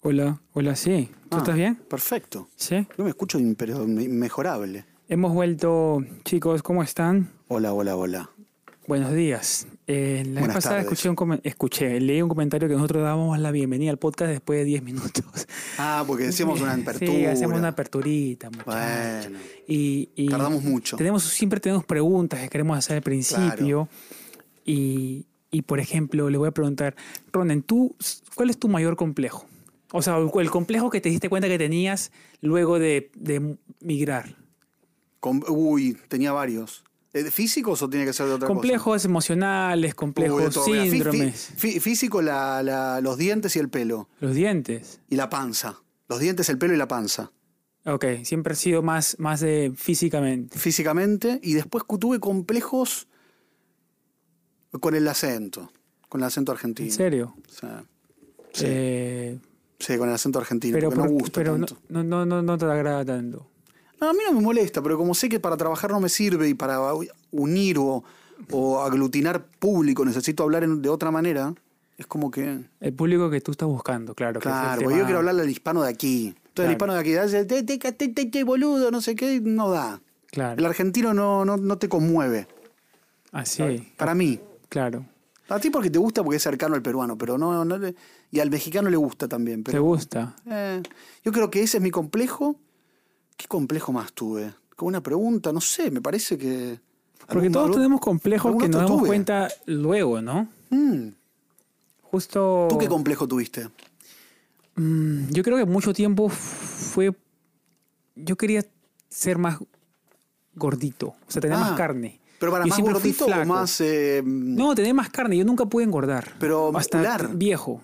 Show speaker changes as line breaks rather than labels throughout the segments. Hola, hola, sí. ¿Tú
Ah,
estás bien?
Perfecto.
Sí.
Yo me escucho in- pero inmejorable.
Hemos vuelto, chicos, ¿cómo están?
Hola, hola, hola.
Buenos días. Eh, la vez
Buenas
pasada
tardes.
escuché, un comen- escuché, leí un comentario que nosotros dábamos la bienvenida al podcast después de 10 minutos.
Ah, porque decíamos una apertura.
Sí, hacemos una aperturita, muchachos.
Bueno.
Y, y
Tardamos mucho.
Tenemos, siempre tenemos preguntas que queremos hacer al principio. Y, y, por ejemplo, le voy a preguntar, Ronen, ¿tú, ¿cuál es tu mayor complejo? O sea, el, el complejo que te diste cuenta que tenías luego de, de migrar.
Com- Uy, tenía varios. ¿Eh, ¿Físicos o tiene que ser de otra cosa?
Complejos emocionales,
Uy, de
complejos
todo. Mira, fí-
síndromes.
fí- fí- físico, la- la- los dientes y el pelo.
Los dientes.
Y la panza. Los dientes, el pelo y la panza.
Ok, siempre he sido más, más de físicamente.
Físicamente. Y después cu- tuve complejos con el acento. Con el acento argentino.
¿En serio?
O sea,
Sí.
sí, con el acento argentino.
pero
porque
por-
no me gusta
pero no,
tanto.
no, no, no- no te agrada tanto.
No, a mí no me molesta, pero como sé que para trabajar no me sirve y para unir o, o aglutinar público necesito hablar en- de otra manera, es como que.
El público que tú estás buscando, claro. que es el
Claro,
tema-
porque yo quiero hablarle al hispano de aquí. Entonces
Claro.
el hispano de aquí dice, "Te- te- te- te- te, boludo, no sé qué, y no da. El
Claro.
argentino no, no, no te conmueve,
Así,
para mí.
claro.
A ti porque te gusta porque es cercano al peruano, pero no, no le- y al mexicano le gusta también.
¿Te
Pero,
gusta?
eh, yo creo que ese es mi complejo. ¿Qué complejo más tuve? Como una pregunta, no sé, me parece que.
Porque
algún-
todos
algún-
tenemos complejos
algún
que nos
otro
damos
tuve.
cuenta luego, ¿no?
Mm.
Justo...
¿Tú qué complejo tuviste?
Mm, Yo creo que mucho tiempo fue. Yo quería ser más gordito, o sea, tener
Ah,
más carne.
¿Pero para
Yo
más
siempre fui
gordito o
flaco.
más.? eh,
No, tener más carne. Yo nunca pude engordar.
Pero
hasta
muscular.
viejo.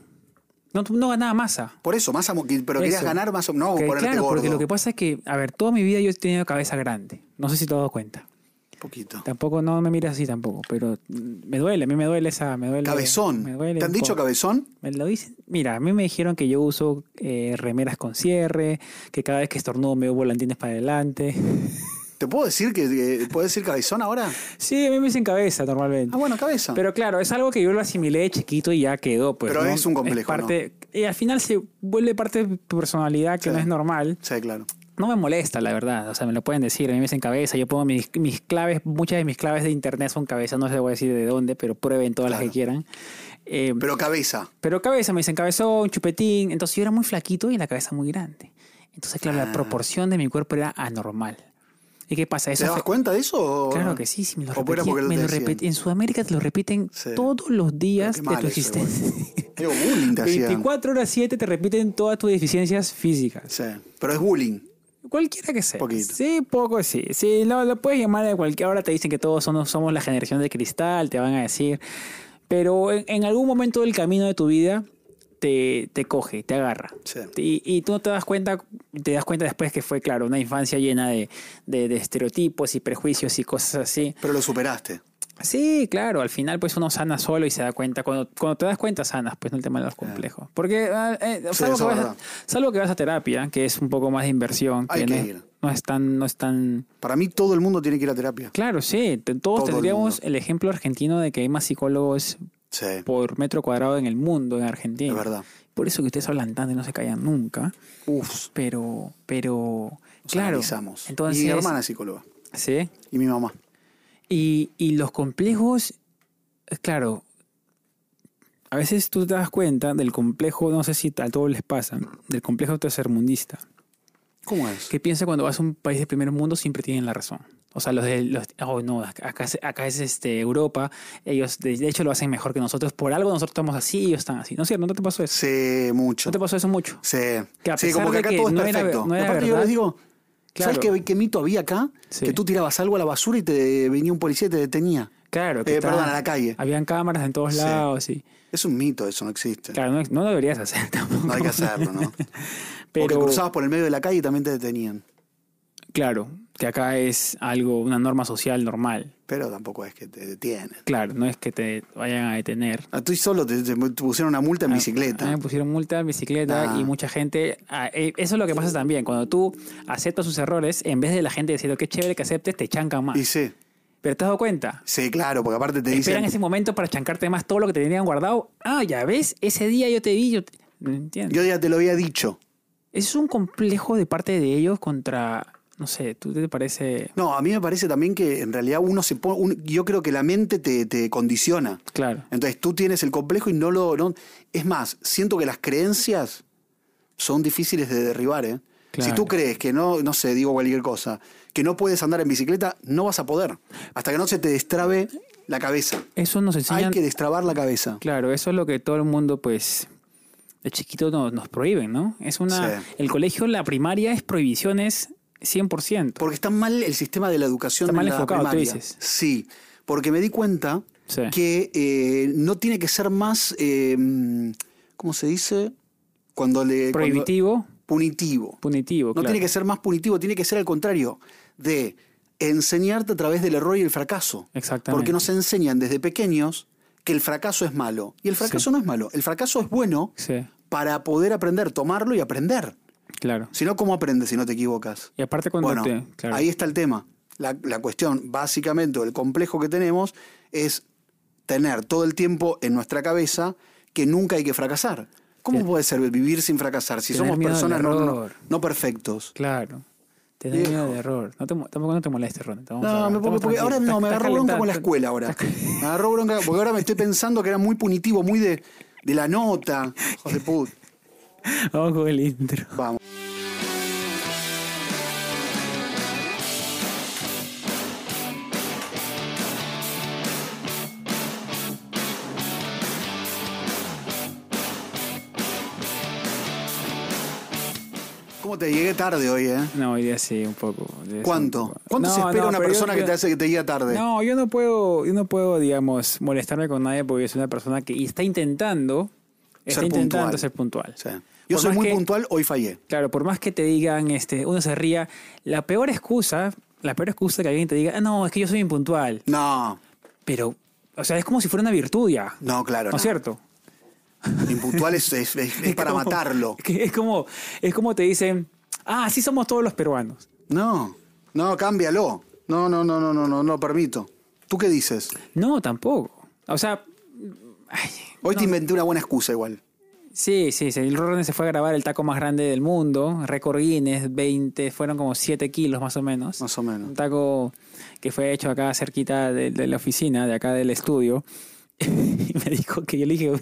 No, no ganaba masa.
Por eso, más amo- que- pero querías
Eso.
ganar más o No,
Que,
Oh, ponerte
claro,
gordo.
porque lo que pasa es que, a ver, toda mi vida yo he tenido cabeza grande. No sé si te has dado cuenta.
Poquito.
Tampoco, no me miras así tampoco, pero mm, me duele, a mí me duele esa, me duele.
Cabezón.
me duele
¿Te han
un
dicho
poco.
cabezón?
Me lo dicen. Mira, a mí me dijeron que yo uso eh, remeras con cierre, que cada vez que estornudo me doy volantines para adelante.
¿Te puedo decir que eh, puedes decir cabezón ahora?
Sí, a mí me dicen cabeza normalmente.
Ah, bueno, cabeza.
Pero claro, es algo que yo lo asimilé de chiquito y ya quedó. Pues,
Pero
¿no?
es un complejo,
parte, Y al final se vuelve parte de tu personalidad que
Sí.
no es normal.
sí, claro.
No me molesta, la verdad. O sea, me lo pueden decir. A mí me dicen cabeza. Yo pongo mis, mis claves, muchas de mis claves de internet son cabeza. No les voy a decir de dónde, pero prueben todas las
Claro.
que quieran. Eh,
Pero cabeza.
Pero cabeza, me dicen cabezón, chupetín. Entonces yo era muy flaquito y la cabeza muy grande. Entonces, claro, la
Ah.
proporción de mi cuerpo era anormal. ¿Y qué pasa?
¿Te
Eso
dabas
afe-
cuenta de eso? o
Claro
no?
que sí, sí, me lo
¿O era
repetían.
porque lo
me lo
decían?
repet- En Sudamérica te lo repiten
Sí.
todos los
Pero
días
qué
de
mal
tu
eso, igual.
existencia.
Digo, bullying te hacían.
24 horas 7 te repiten todas tus deficiencias físicas.
Sí. Pero es bullying.
Cualquiera que sea.
Poquito.
Sí, poco, sí. Sí, lo, lo puedes llamar de cualquier hora. Te dicen que todos somos, somos la generación de cristal, te van a decir. Pero en, en algún momento del camino de tu vida te, te coge, te agarra.
Sí.
Y, y tú no te das cuenta, te das cuenta después que fue, claro, una infancia llena de, de- de estereotipos y prejuicios y cosas así.
Pero lo superaste.
Sí, claro, al final pues uno sana solo y se da cuenta, cuando, cuando te das cuenta sanas, pues no el tema de los complejos. Porque ah, eh,
Eh. Sí,
salvo, que
eso
vas
es
a,
verdad.
salvo que vas a terapia, que es un poco más de inversión,
Hay
no,
que ir.
no es tan, no es tan...
Para mí todo el mundo tiene que ir a terapia.
Claro, sí, te- todos
Todo el
tendríamos
mundo.
el, ejemplo argentino de que hay más psicólogos
Sí.
por metro cuadrado en el mundo, en Argentina.
Es verdad.
Por eso que ustedes hablan tanto y no se callan nunca.
Uf.
Pero, pero,
Nos
claro.
analizamos.
Entonces,
Y mi hermana es psicóloga.
sí.
Y mi mamá.
Y, y los complejos, eh, claro, a veces tú te das cuenta del complejo, no sé si a todos les pasa, del complejo tercermundista,
¿Cómo es?
que piensa cuando vas a un país de primer mundo siempre tienen la razón. O sea, los de los, oh no, acá, es- acá es este, Europa, ellos de, de hecho lo hacen mejor que nosotros, por algo nosotros estamos así, ellos están así. ¿No es cierto? ¿No te pasó eso?
Sí, mucho.
¿No te pasó eso mucho?
Sí.
Que a
Sí,
pesar
como que
de
acá
que
todo es
no era-
perfecto.
no era
Y aparte yo
verdad.
les digo, ¿sabes
Claro.
qué, qué mito había acá?
Sí.
Que tú tirabas algo a la basura y te venía un policía y te detenía.
Claro.
Eh,
estaban-
perdón, a la calle.
Habían cámaras en todos
Sí.
lados y...
Es un mito, eso no existe.
Claro, no, no deberías hacer tampoco.
No hay que hacerlo, ¿no? Porque
Pero,
cruzabas por el medio de la calle y también te detenían.
claro, que acá es algo, una norma social normal.
Pero tampoco es que te detienen.
Claro, no es que te vayan a detener.
A ti solo te, te- te pusieron una
Ah,
multa en
A- a mí
bicicleta.
me pusieron multa en bicicleta
Ah.
y mucha gente. ah, eh, Eso es lo que pasa también. Cuando tú aceptas sus errores, en vez de la gente decir, qué chévere que aceptes, te chancan más.
Y sí,
Pero te has dado cuenta.
sí, claro, porque aparte te
Esperan
dicen...
ese momento para chancarte más todo lo que te tenían guardado. Ah, ya ves, ese día yo te vi. Yo te- No entiendo.
Yo ya te lo había dicho.
Es un complejo de parte de ellos contra, no sé, ¿tú te parece?
No, a mí me parece también que en realidad uno se pone. un- yo creo que la mente te, te condiciona.
Claro.
Entonces tú tienes el complejo y no lo. no- es más, siento que las creencias son difíciles de derribar. ¿eh?
Claro.
Si tú crees que no, no sé, digo cualquier cosa, que no puedes andar en bicicleta, no vas a poder. Hasta que no se te destrabe la cabeza.
Eso nos
Hay
enseñan.
que destrabar la cabeza.
Claro, eso es lo que todo el mundo, pues, de chiquito nos, nos prohíben, ¿no? Es una.
Sí.
El colegio, la primaria es prohibiciones 100%.
Porque está mal el sistema de la educación
Está mal
en la
enfocado, tú
primaria.
dices.
Sí, porque me di cuenta
Sí.
que eh, no tiene que ser más, eh, ¿cómo se dice? Cuando le cuando-
Prohibitivo,
punitivo.
punitivo.
No tiene que ser más punitivo, tiene que ser al contrario de enseñarte a través del error y el fracaso.
Exactamente.
Porque nos enseñan desde pequeños que el fracaso es malo y el fracaso
Sí.
no es malo. El fracaso es bueno
Sí,
para poder aprender, tomarlo y aprender.
claro.
Si no, ¿cómo aprendes si no te equivocas?
Y aparte cuando
Bueno,
te. Claro.
ahí está el tema. La, la cuestión, básicamente, o el complejo que tenemos es tener todo el tiempo en nuestra cabeza que nunca hay que fracasar. ¿Cómo
Te-
puede ser vivir sin fracasar si
Tenés
somos
miedo al
personas no, no-
error.
no perfectos?
Claro. Te da
Viejo.
miedo de error. No te, mo- tampoco no te molestes, Ron. Te vamos a-
No, me-
estamos
porque, porque ahora
tranquilos.
no,
Estás-
me
estás
agarró bronca
calentado.
con la escuela ahora. Me agarró bronca, porque ahora me estoy pensando que era muy punitivo, muy de, de la nota. Hijos de put.
Vamos con el intro.
Vamos. ¿Cómo te llegué tarde hoy, eh?
No, hoy día sí, un poco. hoy día sí, un
¿Cuánto?
poco.
¿Cuánto se
No,
espera
no,
una
pero yo-
persona que
yo-
te hace que te llegue tarde?
No, yo no puedo, yo no puedo, digamos, molestarme con nadie porque yo soy una persona que está intentando, está
Ser
intentando
puntual.
ser puntual.
Sí. Yo
Por
soy
más
muy
que-
puntual, hoy fallé.
Claro, por más que te digan, este, uno se ría, la peor excusa, la peor excusa que alguien te diga, ah, no, es que yo soy impuntual,
No,
pero, o sea, es como si fuera una virtud ya, ¿no,
no, claro.
es cierto?
no. Impuntual es, es- es- es para
Como-
matarlo.
que Es como, es como te dicen, ah, así somos todos los peruanos.
No, no, cámbialo. No, no, no, no, no, no, no permito. ¿Tú qué dices?
No, tampoco. O sea, ay,
Hoy
no,
te inventé una buena excusa igual.
Sí, sí, sí. El Roland se fue a grabar el taco más grande del mundo, récord Guinness, 20, fueron como 7 kilos más o menos.
Más o menos.
Un taco que fue hecho acá cerquita de, de la oficina, de acá del estudio. y me dijo que yo le dije,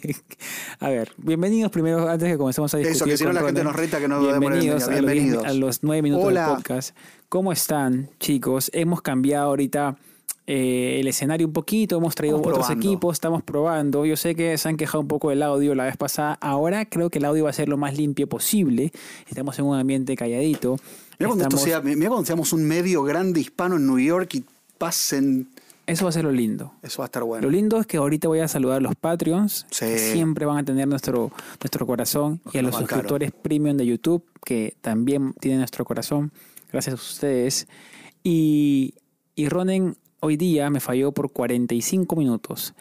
a ver, bienvenidos primero, antes que comencemos a discutir.
Eso, que si no
con
la gente
Ronen.
nos reta que no debemos
bienvenidos,
venir,
a los diez-
bienvenidos.
A, los nueve minutos
Hola.
del podcast. ¿Cómo están, chicos? Hemos cambiado ahorita eh, el escenario un poquito, hemos traído
Estamos
otros
probando.
equipos, estamos probando. Yo sé que se han quejado un poco del audio la vez pasada. Ahora creo que el audio va a ser lo más limpio posible. Estamos en un ambiente calladito.
Mira cuando, esto
Estamos-
sea, mirá cuando seamos un medio grande hispano en New York y pasen.
Eso va a ser lo lindo.
Eso va a estar
Lo
bueno.
lindo es que ahorita voy a saludar a los Patreons,
Sí.
que siempre van a tener nuestro, nuestro corazón, y a
nos
los
bancaron.
suscriptores premium de YouTube, que también tienen nuestro corazón. Gracias a ustedes. Y, y Ronen hoy día me falló por 45 minutos.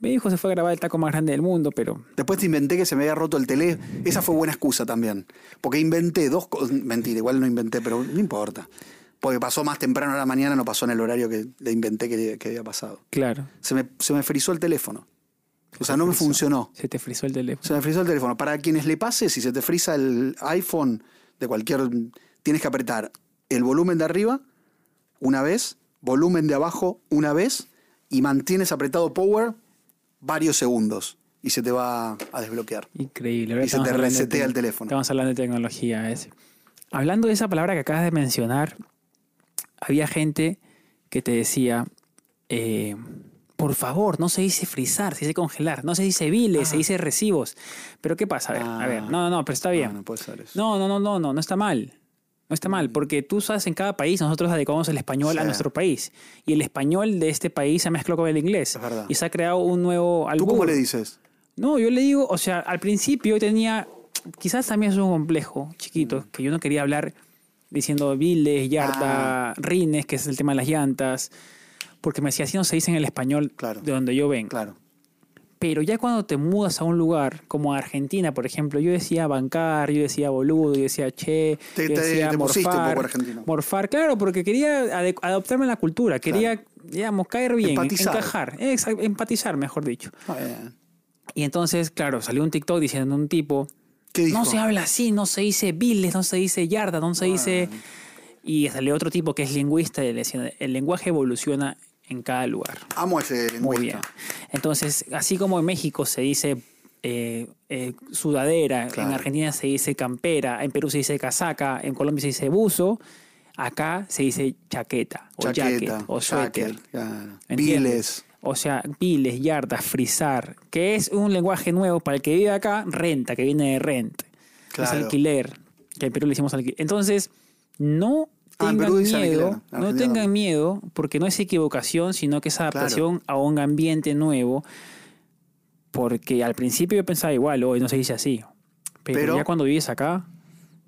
Me dijo se fue a grabar el taco más grande del mundo, pero
Después te inventé que se me había roto el teléfono. Esa fue buena excusa también. Porque inventé dos cosas. Mentira, igual no inventé, pero no importa. Porque pasó más temprano a la mañana, no pasó en el horario que le inventé que, que había pasado.
claro,
Se me, se me frizó el teléfono. O sea, no me
frizó.
funcionó.
se te frizó el teléfono.
Se me frizó el teléfono. Para quienes le pase, si se te friza el iPhone de cualquier. Tienes que apretar el volumen de arriba una vez, volumen de abajo una vez y mantienes apretado power varios segundos y se te va a desbloquear.
Increíble. Ahora
Y se
estamos
te
hablando de
resetea
tec-
el teléfono.
Estamos hablando de tecnología. es. Hablando de esa palabra que acabas de mencionar, había gente que te decía, eh, por favor, no se dice frizar, se dice congelar, no se dice biles, se dice recibos. Pero ¿qué pasa? A ver, a ver,
Ah.
no, no, no, pero está
Ah,
bien.
no puede ser eso.
No, no, no, no, no, no está mal. No está mal, porque tú sabes en cada país, nosotros adecuamos el español a
Sí.
nuestro país. Y el español de este país se mezcló con el inglés.
Es verdad.
Y se ha creado un nuevo
¿Tú cómo
albur.
le dices?
No, yo le digo, o sea, al principio yo tenía, quizás también es un complejo
Mm.
chiquito, que yo no quería hablar diciendo viles,
Ah.
yarda, rines, que es el tema de las llantas, porque me decía, así no se dice en el español
Claro.
de donde yo vengo.
Claro.
Pero ya cuando te mudas a un lugar como a Argentina, por ejemplo, yo decía bancar, yo decía boludo, yo decía che,
Te-
yo
te-
decía
te pusiste un
morfar,
poco argentino.
morfar, claro, porque quería ade- adoptarme a la cultura, quería, digamos, caer bien,
Empatizar.
encajar, exa- empatizar, mejor dicho.
Ah, bien.
Y entonces, claro, salió un TikTok diciendo un tipo
¿Qué dijo?
No se habla así, no se dice biles, no se dice yarda, no se dice... Y salió otro tipo que es lingüista y le decía, el lenguaje evoluciona en cada lugar.
Amo ese lengüista.
Muy bien. Entonces, así como en México se dice eh, eh, sudadera,
Claro.
en Argentina se dice campera, en Perú se dice casaca, en Colombia se dice buzo, acá se dice chaqueta o
Chaqueta,
jacket o suéter.
jacket, claro.
¿entiendes?
Piles.
O sea, piles, yardas, frizar, que es un lenguaje nuevo para el que vive acá, renta, que viene de rent.
Claro.
Es alquiler, que en Perú le decimos alquiler. Entonces, no
Ah, en
tengan
Perú dice alquiler,
miedo,
en
no
Argentina
tengan
también.
miedo, porque no es equivocación, sino que es adaptación a un ambiente nuevo. Porque al principio yo pensaba igual, hoy no se dice así. Pero,
Pero-
ya cuando vives acá,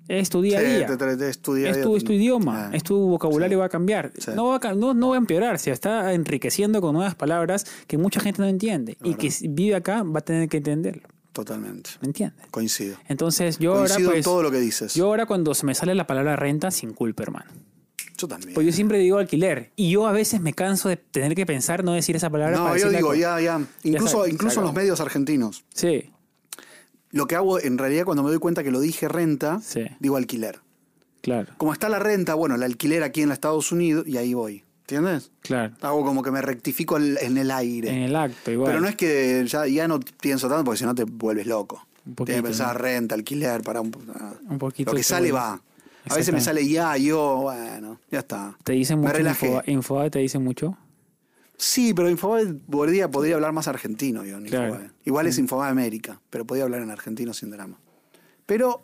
es tu
Sí,
día a día.
te- te- te- es tu día a
es,
día.
tu, es tu idioma,
Ah,
es tu vocabulario
sí.
va a cambiar.
Sí.
No, va a, ca- no, no va a empeorar, se está enriqueciendo con nuevas palabras que mucha gente no entiende. Y que si vive acá va a tener que entenderlo,
Totalmente.
¿me entiendes?
Coincido.
Entonces yo
Coincido
ahora...
en
Pues,
todo lo que dices.
yo ahora cuando se me sale la palabra renta, sin culpa, hermano.
Yo también.
Pues yo siempre digo alquiler. Y yo a veces me canso de tener que pensar no decir esa palabra.
no,
para
yo
decirla
digo,
con-
ya, ya. Incluso,
se
incluso en
acabó.
los medios argentinos.
Sí,
Lo que hago en realidad cuando me doy cuenta que lo dije renta,
Sí.
digo alquiler.
claro,
Como está la renta, bueno, el alquiler aquí en los Estados Unidos, y ahí voy. ¿Entiendes?
claro.
Hago como que me rectifico el- en el aire.
En el acto igual.
Pero no es que ya, ya no pienso tanto porque si no te vuelves loco.
Un poquito,
Tienes que pensar renta, alquiler, para un, ah,
Un poquito
Lo
te
que sale
vuelves-
va. A veces me
Exactamente.
sale ya, yo, bueno, ya está.
¿Te dicen
Me
mucho? en
relajé.
Infoba- Infobae te dicen mucho?
Sí, pero Infobae podría, podría hablar más argentino, yo, en
Claro.
Infobae. Igual es Infobae América, pero podía hablar en argentino sin drama. Pero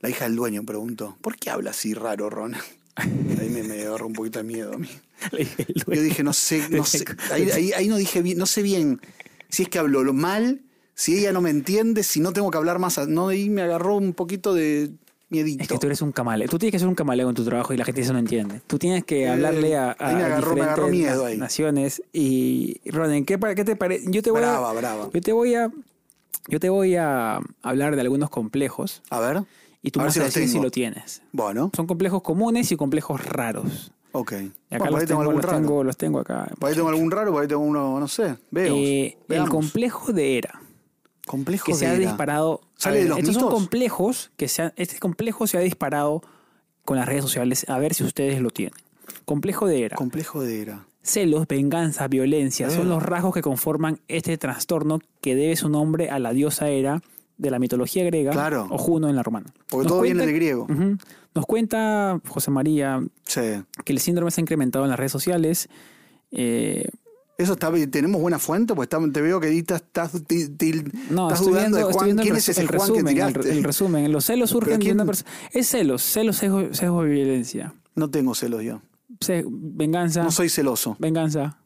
la hija del dueño preguntó, ¿por qué habla así raro, Ron? Ahí me, me agarró un poquito de miedo a mí.
Le dije,
Yo dije, no sé, no sé. Ahí, ahí- ahí no dije bien, no sé bien si es que hablo lo mal, si ella no me entiende, si no tengo que hablar más. a- No, ahí me agarró un poquito de miedito.
Es que tú eres un camaleón. Tú tienes que ser un camaleón en tu trabajo y la gente eso no entiende. Tú tienes que
Eh,
hablarle a, a
ahí me agarró- me agarró
diferentes
miedo ahí.
naciones. Y Ronen, ¿qué, pa- qué te parece? Yo te voy
Brava,
a,
brava.
Yo te voy a, yo te voy a hablar de algunos complejos
A ver.
y tú
a
me
ver
vas a
los
decir si
tengo.
lo tienes.
Bueno,
Son complejos comunes y complejos raros.
ok.
Y acá
Bueno, por ahí
los, tengo,
tengo algún
los,
raro.
tengo, los tengo acá.
Por ahí tengo algún raro, por ahí tengo uno, no sé. Veo.
Eh, el complejo de Era.
complejo
que se
de
ha
era.
disparado.
¿Sale
a ver,
de los
estos son
mitos?
complejos que se han- este complejo se ha disparado con las redes sociales. A ver si ustedes lo tienen. Complejo de era.
Complejo de era.
Celos, venganza, violencia son
Eh.
los rasgos que conforman este trastorno que debe su nombre a la diosa Hera de la mitología griega
Claro.
o Juno en la romana.
Porque
Nos
todo viene
cuenta- Mm.
del griego.
Ujú. Nos cuenta José María
Sí.
que el síndrome se ha incrementado en las redes sociales. Eh,
Eso está, bien. tenemos buena fuente, pues está- te veo que ahí estás, estás, til- til-
No,
estás
estoy
dudando
viendo,
de
estoy
Juan.
viendo el
¿Quién
res-
es ese
el
Juan
resumen,
que
el,
tiraste?
el resumen. Los celos surgen de
quién-
una persona. Es celos, celos, sesgo, sesgo de violencia.
No tengo celos yo.
Se- venganza,
No soy celoso.
venganza.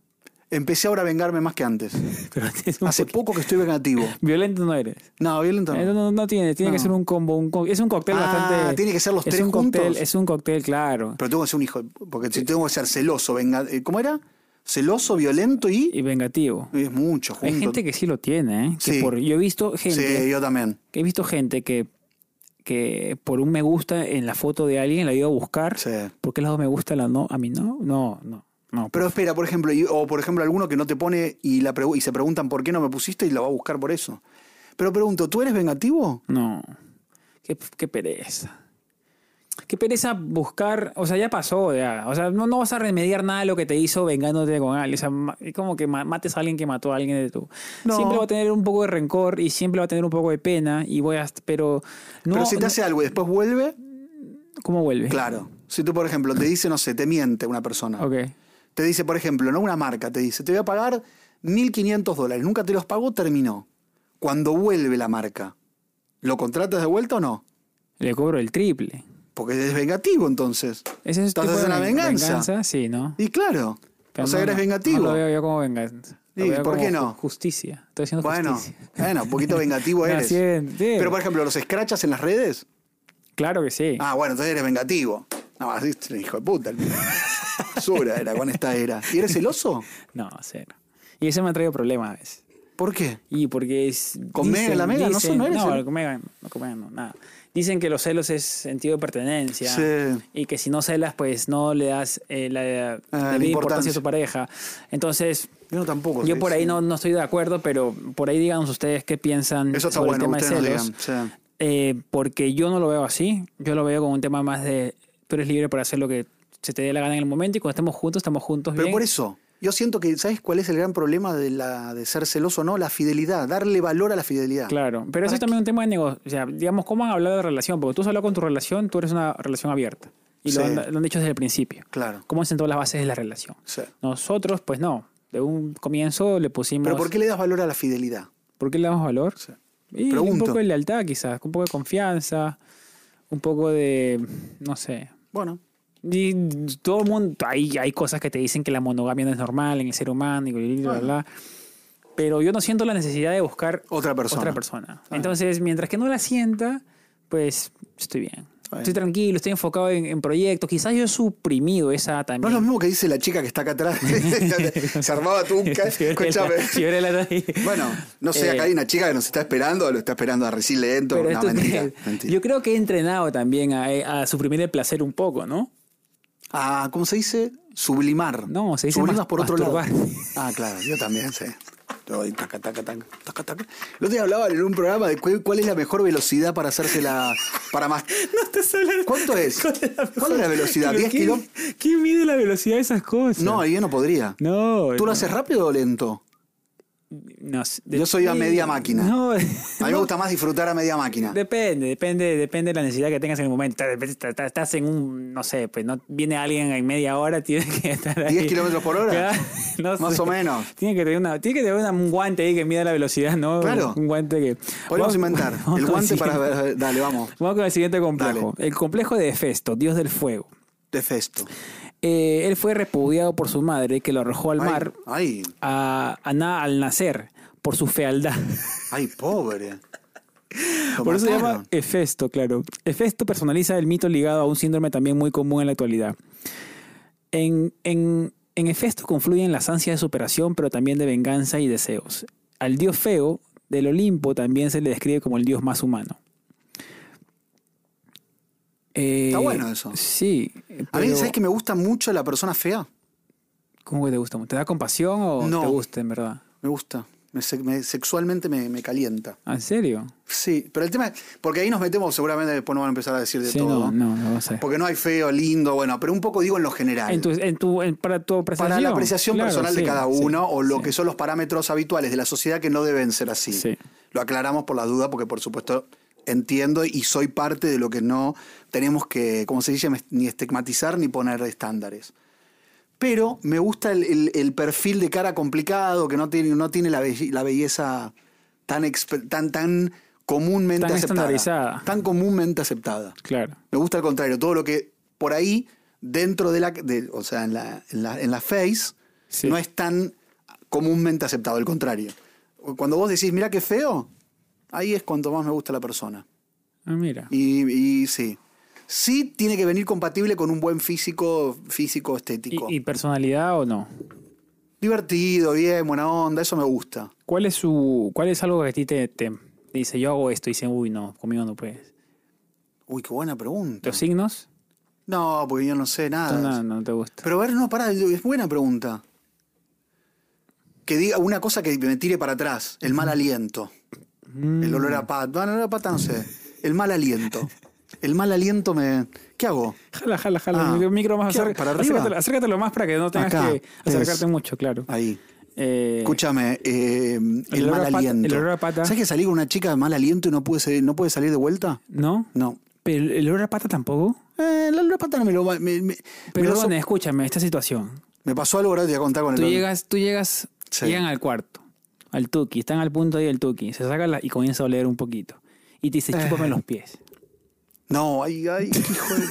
Empecé ahora a vengarme más que antes.
Pero es un
Hace
poqu-
poco que estoy vengativo. Ah,
Violento no eres.
No, violento
Eh, No,
no.
no, no tiene, tiene que
No.
ser un combo. un co- es un cóctel
Ah,
bastante.
tiene que ser los
es
tres
un cóctel,
juntos.
Es un cóctel, claro.
Pero tengo que ser un hijo. Porque si tengo que ser celoso, venga. eh, ¿Cómo era? Celoso, violento y.
Y vengativo.
Es mucho junto.
Hay gente que sí lo tiene, ¿eh? Que
Sí.
por, yo he visto gente,
Sí, yo también.
que he visto gente que, que por un me gusta en la foto de alguien la iba a buscar.
Sí.
¿Por qué las dos me gusta la no? A mí no, no, no. no
Pero espera, por ejemplo, y- o por ejemplo alguno que no te pone y, la pregu- y se preguntan por qué no me pusiste y la va a buscar por eso. Pero pregunto, ¿tú eres vengativo?
No. Qué, qué pereza. Qué pereza buscar. O sea, ya pasó, ya. O sea, no, no vas a remediar nada de lo que te hizo vengándote con alguien. O sea, ma- es como que ma- mates a alguien que mató a alguien de tu.
No.
Siempre va a tener un poco de rencor y siempre va a tener un poco de pena. Y voy a. Pero. No,
Pero si te
no-
hace algo y después vuelve,
¿Cómo vuelve?
claro. Si tú, por ejemplo, te dice, no sé, te miente una persona.
Ok.
Te dice, por ejemplo, no una marca, te dice, te voy a pagar 1.500 dólares, nunca te los pagó, terminó. Cuando vuelve la marca, ¿lo contratas de vuelta o no?
Le cobro el triple.
Porque es vengativo entonces.
Ese es
Estás
tipo de
haciendo una
ven-
venganza.
Sí, ¿no?
Y claro,
Pero
o sea,
no,
eres
no,
vengativo.
No lo veo yo como venganza. Lo
Sí,
veo
¿por qué
como
no?
ju- Justicia. Estoy haciendo
bueno,
justicia.
bueno, un poquito vengativo
No,
eres.
sí, sí.
Pero, por ejemplo, los escrachas en las redes.
Claro que sí.
Ah, bueno, entonces eres vengativo. No, así es un hijo de puta. Sura era con esta era. ¿Y eres celoso?
No, cero. Y eso me ha traído problemas a veces.
¿Por qué?
Y porque es.
¿Con Megan, la Megan? No eh? sé, no eres el-
con Megan, no, con Megan no, nada. Dicen que los celos es sentido de pertenencia.
Sí. Ah,
Y que si no celas, pues no le das eh, la, la
la
debida
importancia.
importancia a tu pareja. Entonces,
Yo no tampoco.
yo
sí,
por ahí
sí.
no, no estoy de acuerdo, pero por ahí díganos ustedes qué piensan
Eso está
sobre
bueno,
el tema de
ustedes nos
celos.
digan. sí.
eh, porque yo no lo veo así. Yo lo veo como un tema más de tú eres libre para hacer lo que se te dé la gana en el momento y cuando estemos juntos, estamos juntos.
Pero
bien.
por eso, yo siento que, ¿sabes cuál es el gran problema de, la, de ser celoso o no? La fidelidad, darle valor a la fidelidad.
Claro, pero eso es también un tema de negocio. O sea, digamos, ¿cómo han hablado de relación? Porque tú has hablado con tu relación, tú eres una relación abierta. Y lo,
Sí.
han, lo han dicho desde el principio.
Claro.
¿Cómo han sentado las bases de la relación?
Sí.
Nosotros, pues no. De un comienzo le pusimos.
Pero ¿por qué le das valor a la fidelidad?
¿Por qué le damos valor?
Sí.
Y un
Pregunto.
poco de lealtad, quizás. Un poco de confianza. Un poco de. No sé.
Bueno,
Y todo el mundo. Hay, hay cosas que te dicen que la monogamia no es normal en el ser humano y bla, bla, bla, bla. Pero yo no siento la necesidad de buscar
otra persona.
otra persona. Entonces, mientras que no la sienta, pues estoy bien.
bien.
Estoy tranquilo, estoy enfocado en, en proyectos. Quizás yo he suprimido esa
No es
también.
lo mismo que dice la chica que está acá atrás. Se armaba tú un ca- Escúchame.
Fiorella está ahí.
Bueno, no sé,
Eh,
acá hay una chica que nos está esperando, lo está esperando a recién lento.
Pero
no,
esto es-
mentira, mentira.
Yo creo que he entrenado también a, a suprimir el placer un poco, ¿no?
Ah, ¿cómo se dice? Sublimar.
No, se dice
Sublimas
mas-
por otro lado.
masturbar.
Ah, claro, yo también sé. Yo doy taca, taca, taca, taca, taca. El otro día hablaban en un programa de cu- cuál es la mejor velocidad para hacerse la. para más.
No te sale.
¿Cuánto es?
¿Cuál es la,
¿Cuál es la velocidad?
Pero
¿10
¿quién-
kilos?
¿Quién mide la velocidad de esas cosas?
No, yo no podría.
No.
¿Tú
no.
lo haces rápido o lento?
No,
Yo soy a
depende.
media máquina.
No,
A mí me gusta más disfrutar a media máquina.
Depende, depende, depende de la necesidad que tengas en el momento. De repente ta- ta- Estás en un, no sé, pues no viene alguien en media hora, tienes que estar ahí.
10 kilómetros por hora.
Ya, no
Más
sé.
o menos.
Tiene que tener, una, tiene que tener una- un guante ahí que mida la velocidad, ¿no?
Claro.
Un guante que. Vamos-
Podemos inventar.
vamos
El
con
guante
siguiente-
para. Dale, vamos.
Vamos con el siguiente complejo. El complejo de Hefesto, dios del fuego.
Defesto.
Eh, él fue repudiado por su madre, que lo arrojó al mar
Ay,
a, a na- al nacer por su fealdad.
ay, pobre. Lo
Por eso se llama
mataron.
Hefesto, claro. Hefesto personaliza el mito ligado a un síndrome también muy común en la actualidad. En, en, en Hefesto confluyen las ansias de superación, pero también de venganza y deseos. Al dios feo del Olimpo también se le describe como el dios más humano. Eh,
Está bueno eso.
Sí.
A mí,
pero-
¿sabes que me gusta mucho la persona fea?
¿Cómo que te gusta? ¿Te da compasión o
No.
te gusta, en verdad?
Me gusta. Me se- me- sexualmente me, me calienta.
¿Ah, ¿En serio?
Sí, pero el tema es. Porque ahí nos metemos, seguramente después nos van a empezar a decir de
sí,
todo.
no, no, no sé.
Porque no hay feo, lindo, bueno, pero un poco digo en lo general.
En tu- en tu- en- para tu apreciación.
para la apreciación
Claro,
personal de
sí,
cada
sí,
uno o lo
sí.
que son los parámetros habituales de la sociedad que no deben ser así.
Sí.
Lo aclaramos por la duda porque por supuesto entiendo y soy parte de lo que no tenemos que, como se dice, ni estigmatizar ni poner estándares. Pero me gusta el, el- el perfil de cara complicado que no tiene, no tiene la, be- la belleza tan, exp- tan, tan comúnmente
Tan
aceptada.
estandarizada.
Tan comúnmente aceptada.
Claro.
Me gusta al contrario, todo lo que por ahí, dentro de la. de- o sea, en la, en la, en la face,
Sí.
no es tan comúnmente aceptado, al contrario. Cuando vos decís, mira qué feo, ahí es cuanto más me gusta la persona.
Ah, mira.
Y, y sí. Sí tiene que venir compatible con un buen físico, físico
¿Y,
estético.
y personalidad o no?
Divertido, bien, buena onda, eso me gusta.
¿Cuál es su cuál es algo que a ti te, te dice, yo hago esto? Y dicen, uy, no, conmigo no puedes.
Uy, qué buena pregunta.
¿Los signos?
No, porque yo no sé
Tú
nada.
No, no te gusta.
Ah, Pero a ver, no, pará, es buena pregunta. Que diga una cosa que me tire para atrás, el mal aliento. El olor a pata. No, el olor a pata no sé. El mal aliento. El mal aliento me. ¿Qué hago?
Jala, jala, jala.
Ah.
el micro más
¿Qué?
acerca-
¿Para arriba?
Acércatelo, acércatelo más para que no tengas
Acá,
que acercarte
es. Ah.
mucho, claro.
Ahí.
Eh,
Escúchame, eh, el,
el olor
mal
a pata-
aliento.
el olor a pata.
¿Sabes que salí con una chica de mal aliento y no pude, salir- no pude salir de vuelta?
¿No?
No.
¿Pero el olor a pata tampoco?
Eh, el olor a pata no me lo. va- Me, me- me, lo so-
Perdón, escúchame, esta situación.
me pasó algo, ahora te voy a contar con el
Tú
olor.
llegas, tú llegas,
Sí.
llegan al cuarto, al tuki, están al punto ahí del tuki, se saca la, y comienza a oler un poquito. Y te dice,
Eh.
chúpame los pies.
No, ay, ay, hijo de...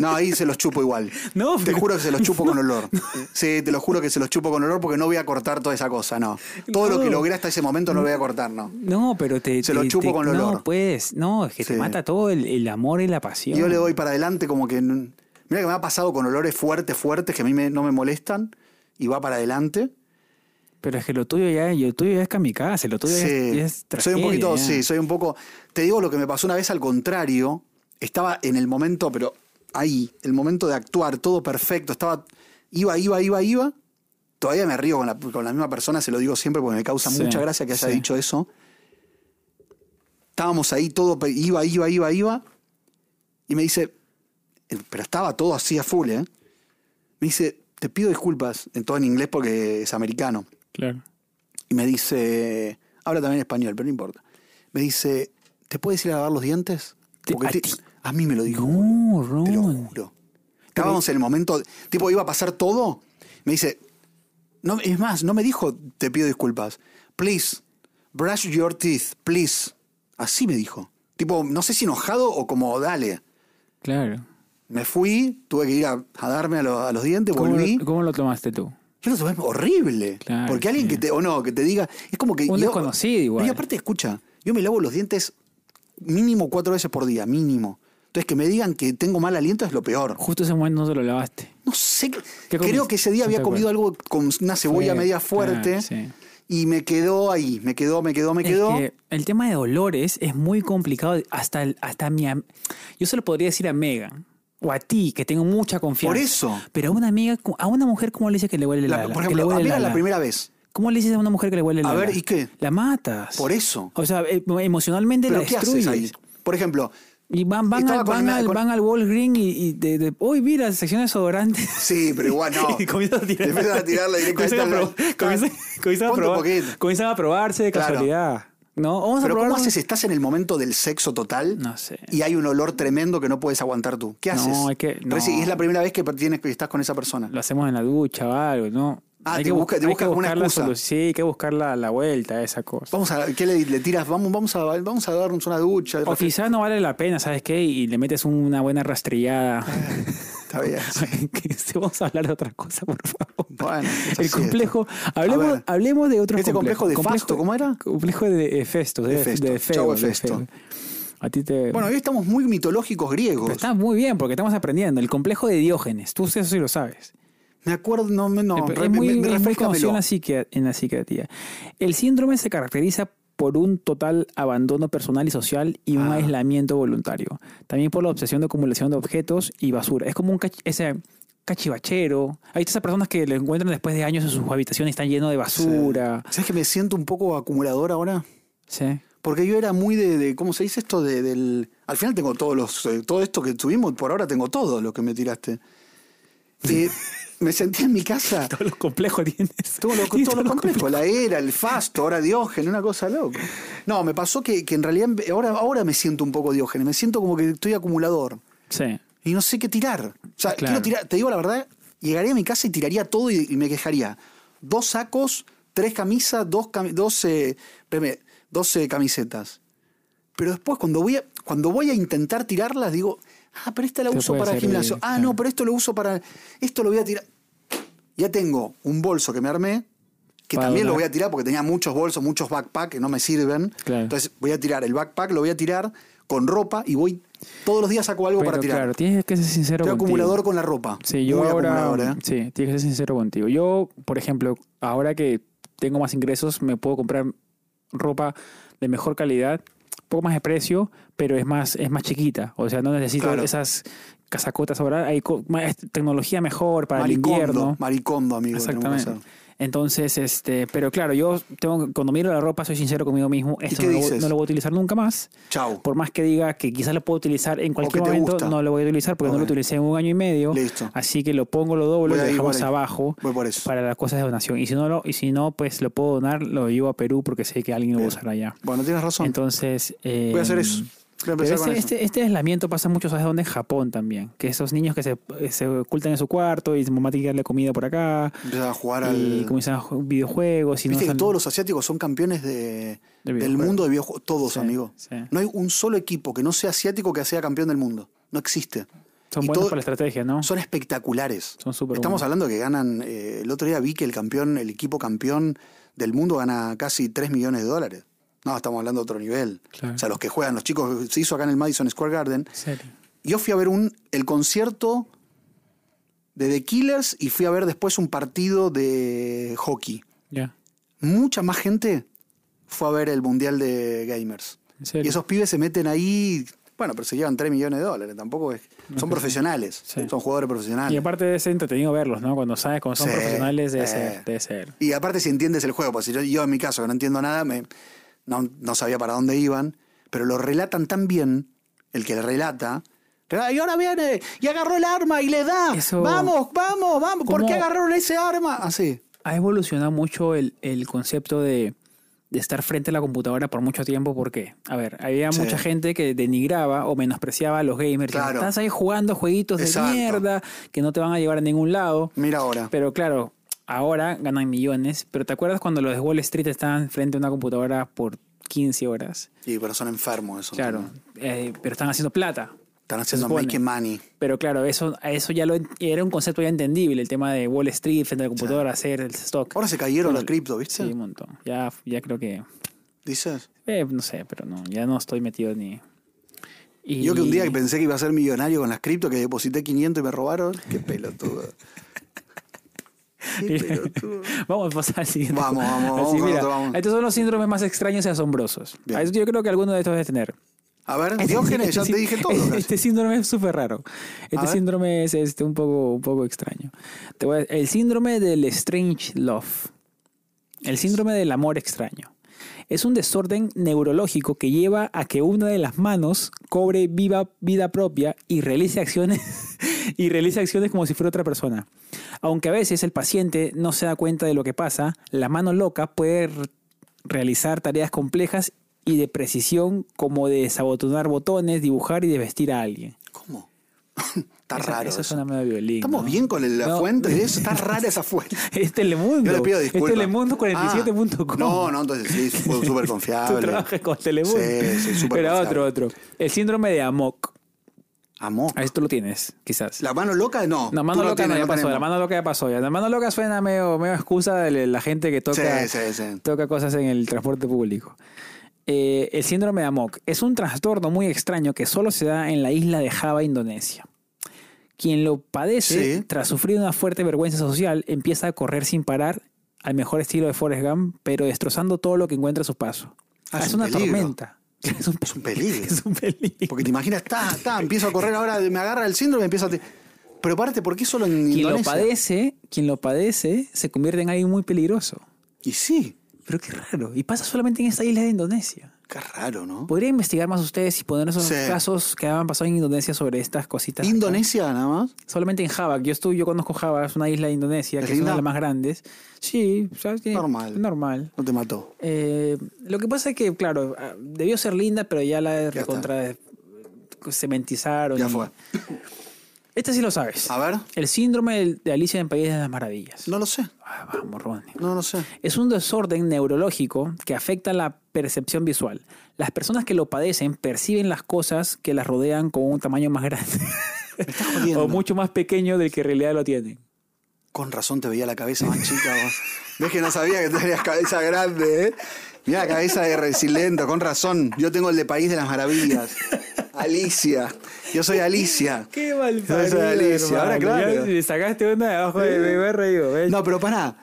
No, ahí se los chupo igual.
No,
te
pero-
juro que se los chupo con olor. Sí, te lo juro que se los chupo con olor porque no voy a cortar toda esa cosa, no. Todo lo que
No.
logré hasta ese momento no lo voy a cortar, no.
No, pero te...
Se lo
te-
chupo
te-
con el
No,
olor.
puedes, no, es que te
Sí.
mata todo el, el amor y la pasión.
Yo le doy para adelante como que... Mira que me ha pasado con olores fuertes, fuertes, que a mí me- no me molestan, y va para adelante.
Pero es que lo tuyo ya, lo tuyo ya es kamikaze, lo tuyo ya es,
Sí.
ya es
soy un
tragedia,
poquito,
ya.
sí, soy un poco. Te digo lo que me pasó una vez al contrario. Estaba en el momento, pero ahí, el momento de actuar, todo perfecto. Estaba, iba, iba, iba, iba. Todavía me río con la, con la misma persona, se lo digo siempre porque me causa
Sí,
mucha gracia que haya
sí.
dicho eso. Estábamos ahí todo, pe- iba, iba, iba, iba. Y me dice, eh, pero estaba todo así a full, ¿eh? Me dice, te pido disculpas, en todo en inglés porque es americano.
Claro.
Y me dice, habla también español, pero no importa. Me dice, ¿te puedes ir a lavar los dientes?
Te-
Porque
a
te-
ti.
a mí me lo dijo.
No,
Te lo
Ron.
juro. Estábamos en el momento, tipo, iba a pasar todo. Me dice, no, es más, no me dijo, te pido disculpas. Please, brush your teeth, please. Así me dijo. Tipo, no sé si enojado o como, dale.
Claro.
Me fui, tuve que ir a, a darme a, lo- a los dientes,
¿Cómo
volví.
lo, cómo lo tomaste tú?
Yo lo tomé horrible.
Claro,
porque alguien
sí.
que te, o no, que te diga, es como que.
Un
yo-
desconocido igual.
Y aparte, escucha, yo me lavo los dientes mínimo cuatro veces por día, mínimo. Entonces, que me digan que tengo mal aliento es lo peor.
Justo ese momento no te lo lavaste.
No sé, creo
comiste?
que ese
No
día había
te
comido algo con una cebolla
Fue-
media fuerte
claro, sí.
y me quedó ahí, me quedó, me quedó, me
Es
quedó.
que el tema de olores es muy complicado. Hasta, el- hasta mi. am- Yo se lo podría decir a Megan o a ti, que tengo mucha confianza.
Por eso.
Pero a una amiga, a una mujer, ¿cómo le dices que le huele la
La-
ala?
por
Que le
ejemplo, a
huele
mí
el
era la
ala.
primera vez.
¿Cómo le dices a una mujer que le huele la
A ver,
ala?
¿y qué?
La matas.
Por eso.
O sea, eh, emocionalmente
¿Pero
la
qué haces
destruyes.
ahí? Por ejemplo,
Y van, van,
Estaba
al,
con
van,
una-
al,
con-
van al Walgreens y, y de, de- uy, mira, sección de desodorante.
sí, pero igual no.
y comienzan a tirar.
Empiezan a tirarle directamente
Comienzan a,
al-
probar- comienzan- comienzan a
Ponte un
probar-
poquito.
comienzan a probarse de
Claro.
casualidad. ¿No? Vamos a
Pero
probar.
¿cómo haces? ¿Estás en el momento del sexo total?
No sé.
Y hay un olor tremendo que no puedes aguantar tú. ¿Qué haces?
No, hay que-
Pero
no.
si es la primera vez que tienes que estás con esa persona.
Lo hacemos en la ducha o algo, ¿no?
Ah,
Hay
te
que bu-
busca- te
hay
buscas
que
alguna
buscar la
excusa.
solu- Sí, hay que buscar la, la vuelta a esa cosa.
Vamos a, ¿qué le, le tiras? Vamos, vamos a, vamos a darnos una ducha.
O quizás no vale la pena, ¿sabes qué? Y le metes una buena rastrillada.
Está bien.
Que se- Vamos a hablar de otra cosa, por favor.
Bueno, es
El
así.
complejo.
A
Hablemos,
ver.
hablemos de otro
Ese complejo de Fasto, ¿cómo era?
Complejo de Hefesto. De,
Hefesto.
de Feo,
Chau,
de
Hefesto.
Feo. A ti te.
Bueno, hoy estamos muy mitológicos griegos.
Pero está muy bien porque estamos aprendiendo. El complejo de Diógenes. Tú eso sí lo sabes.
Me acuerdo, no, no,
Eh, pero
re-
es muy,
me-
es muy conocido
refrescamelo.
en la, psiquia- en la psiquiatría. El síndrome se caracteriza por un total abandono personal y social y un
Ah.
aislamiento voluntario. También por la obsesión de acumulación de objetos y basura. Es como un cach- ese cachivachero. Hay estas personas que lo encuentran después de años en sus habitaciones y están llenos de basura.
¿Sabes que me siento un poco acumulador ahora?
Sí.
Porque yo era muy de, de- ¿cómo se dice esto? De- del, al final tengo todos los, eh, todo esto que tuvimos, por ahora tengo todo lo que me tiraste. Eh, me sentía en mi casa,
Todos los complejos tienes.
todo lo, todo
Tienes
lo complejo, la era, el fasto, ahora Diógenes, una cosa loca. No, me pasó que, que en realidad ahora, ahora me siento un poco Diógenes, me siento como que estoy acumulador
Sí.
y no sé qué tirar. O sea,
Claro.
quiero tirar, te digo la verdad, llegaría a mi casa y tiraría todo y, y me quejaría. Dos sacos, tres camisas, dos, cami- dos, eh, espérame, dos, eh, camisetas. Pero después, cuando voy, a, cuando voy a intentar tirarlas, digo, ah, pero esta la
Te
uso
puede
para el
servir,
gimnasio. Ah,
claro.
no, pero esto lo uso para. Esto lo voy a tirar. Ya tengo un bolso que me armé, que
Para
también lo
donar.
voy a tirar porque tenía muchos bolsos, muchos backpacks que no me sirven.
Claro.
Entonces voy a tirar el backpack, lo voy a tirar con ropa y voy. Todos los días saco algo
Pero
para tirar.
claro, tienes que ser sincero
Estoy
contigo.
acumulador con la ropa.
Sí, yo
Muy acumulador,
ahora.
¿eh?
Sí, tienes que ser sincero contigo. Yo, por ejemplo, ahora que tengo más ingresos, me puedo comprar ropa de mejor calidad, un poco más de precio, pero es más, es más chiquita. O sea, no necesito
Claro.
esas casacotas ahora. Hay co- más tecnología mejor para
maricondo,
el invierno.
maricondo, amigo. tenemos que
Exactamente.
hacer.
Entonces, este, pero claro, yo tengo, cuando miro la ropa soy sincero conmigo mismo. Esto
qué
no lo, voy-
dices?
no lo voy a utilizar nunca más.
Chau.
Por más que diga que quizás lo puedo utilizar en cualquier
te
momento,
gusta.
no lo voy a utilizar porque no lo
Ok.
utilicé en un año y medio.
Listo.
Así que lo pongo, lo doblo,
Voy
lo
ahí,
dejamos
voy ahí.
abajo
Voy por eso.
para las cosas de donación. Y si no, lo, y si no pues lo puedo donar, lo llevo a Perú porque sé que alguien lo va a
Bien.
usar allá.
Bueno, tienes razón.
Entonces... eh,
Voy a hacer eso. Voy a
pero
empezar con
este,
eso.
este, este aislamiento pasa mucho, ¿sabes dónde? En Japón también. Que esos niños que se, se ocultan en su cuarto y su mamá tiene que darle comida por acá.
Empezar a jugar
Y
al.
comienzan a jugar videojuegos. Y no
Viste que
salen-
todos los asiáticos son campeones de- del
videojuegos.
mundo de videojuegos. Todos,
Sí,
amigo.
sí.
No hay un solo equipo que no sea asiático que sea campeón del mundo. No existe.
Son
y
buenos
todo-
para la estrategia, ¿no?
Son espectaculares.
Son súper
Estamos
buenos.
hablando que ganan. eh, el otro día vi que el campeón, el equipo campeón del mundo gana casi 3 millones de dólares. No, estamos hablando de otro nivel.
Claro.
O sea, los que juegan, los chicos, se hizo acá en el Madison Square Garden.
¿En serio?
Yo fui a ver un, el concierto de The Killers y fui a ver después un partido de hockey.
Ya.
Mucha más gente fue a ver el Mundial de Gamers.
¿En serio?
Y esos pibes se meten ahí, bueno, pero se llevan 3 millones de dólares, tampoco es... Son profesionales,
Sí.
son jugadores profesionales.
Y aparte es entretenido verlos, ¿no? Cuando sabes, cuando son
Ah, Sí,
profesionales, debe
sí.
ser. Debe ser.
Y pues, aparte si entiendes el juego, porque si yo, yo en mi caso que no entiendo nada, me, no, no sabía para dónde iban, pero lo relatan tan bien, el que le relata. Y ahora viene, y agarró el arma y le da.
Eso-
Vamos, vamos, vamos. ¿Por
¿Cómo?
qué agarraron ese arma? Así.
ha evolucionado mucho el, el concepto de, de estar frente a la computadora por mucho tiempo. porque A ver, había
Sí.
mucha gente que denigraba o menospreciaba a los gamers.
Claro.
Estás ahí jugando jueguitos
Exacto.
de mierda que no te van a llevar a ningún lado.
Mira ahora.
Pero claro, ahora ganan millones. Pero ¿te acuerdas cuando los de Wall Street estaban frente a una computadora por 15 horas?
Sí, pero son enfermos eso.
Claro, eh, pero están haciendo plata.
Están haciendo
Se supone.
making money.
Pero claro, eso, eso ya lo en- era un concepto ya entendible, el tema de Wall Street frente a la computadora, hacer el stock.
Ahora se cayeron las cripto,
Sí,
¿viste?
un montón. Ya, ya creo que
Dices.
Eh, no sé, pero no, ya no estoy metido ni. Y-
Yo que un día pensé que iba a ser millonario con las cripto, que deposité 500 y me robaron. Qué pelotudo. Qué pelotudo.
Vamos a pasar al siguiente.
Vamos, vamos,
Así,
vamos con
mira,
otro, vamos.
Estos son los síndromes más extraños y asombrosos.
Bien.
Ah, Yo creo que alguno de estos debe tener.
A ver, Diógenes, ya
Este sí-
te dije todo.
Este,
casi.
síndrome es súper raro. Este
ver.
síndrome es este, un, poco, un poco extraño. Te voy a- el síndrome del strange love. El síndrome del amor extraño. Es un desorden neurológico que lleva a que una de las manos cobre viva vida propia y realice acciones y realice acciones como si fuera otra persona. Aunque a veces el paciente no se da cuenta de lo que pasa, la mano loca puede re- realizar tareas complejas y de precisión como de desabotonar botones, dibujar y desvestir a alguien.
¿Cómo? Está
Esa-
raro.
Eso
eso.
suena medio a violín.
Estamos
¿no?
bien con el- la
No. este
fuente de eso. Está rara esa fuente.
Es Telemundo.
Yo le pido
Es
disculpas.
Telemundo47.com.
Ah, no, no, entonces sí, fue súper
Tú
confiable.
trabajas con Telemundo.
Sí, sí, súper
Pero
confiable.
otro, otro. El síndrome de Amok.
Amor.
A esto lo tienes, quizás.
¿La mano loca? No.
la mano
Tú no
loca
tienes,
no, ya
no
pasó. La
tenemos.
mano loca ya pasó. Ya. La mano loca suena medio, medio excusa de la gente que toca,
Sí, sí, sí.
toca cosas en el transporte público. Eh, el síndrome de Amok es un trastorno muy extraño que solo se da en la isla de Java, Indonesia. Quien lo padece,
Sí.
tras sufrir una fuerte vergüenza social, empieza a correr sin parar, al mejor estilo de Forrest Gump, pero destrozando todo lo que encuentra a su paso.
Ah,
Ah,
es
es
un
una
peligro.
tormenta. Es un,
Es un peligro.
es un peligro.
Porque te imaginas, está, está, empiezo a correr ahora, me agarra el síndrome, empiezo a... te- Pero aparte, ¿por qué solo en
Quien lo
Indonesia?
padece, quien lo padece, se convierte en alguien muy peligroso.
Y sí,
Pero qué raro. Y pasa solamente en esta isla de Indonesia.
qué raro, ¿no?
Podría investigar más ustedes y poner esos
Sí.
casos que han pasado en Indonesia sobre estas cositas. acá.
Indonesia nada más.
Solamente en Java. Yo estuve, yo conozco Java, es una isla de Indonesia,
¿Es
que es una
linda?
de las más grandes. Sí, o sea, tiene-
Normal.
Normal.
No te mató.
Eh, lo que pasa es que, claro, ah, debió ser linda, pero ya la
está.
recontra eh, cementizaron.
Ya
y-
fue.
Este sí lo sabes.
A ver,
El síndrome del- de Alicia en País de las Maravillas.
no lo sé.
Ah, vamos, Ronnie.
No lo sé.
Es un desorden neurológico que afecta la percepción visual. Las personas que lo padecen perciben las cosas que las rodean con un tamaño más grande
jodiendo.
o mucho más pequeño del que en realidad lo tienen.
Con razón te veía la cabeza más chica. vos. Ves que no sabía que tenías cabeza grande, ¿eh? Mirá la cabeza de Resilento, con razón. Yo tengo el de País de las Maravillas. Alicia. Yo soy Alicia.
Qué mal
Yo soy Alicia. Ahora, claro.
Le sacaste una de abajo de me he reído. ¿ves?
No, pero pará.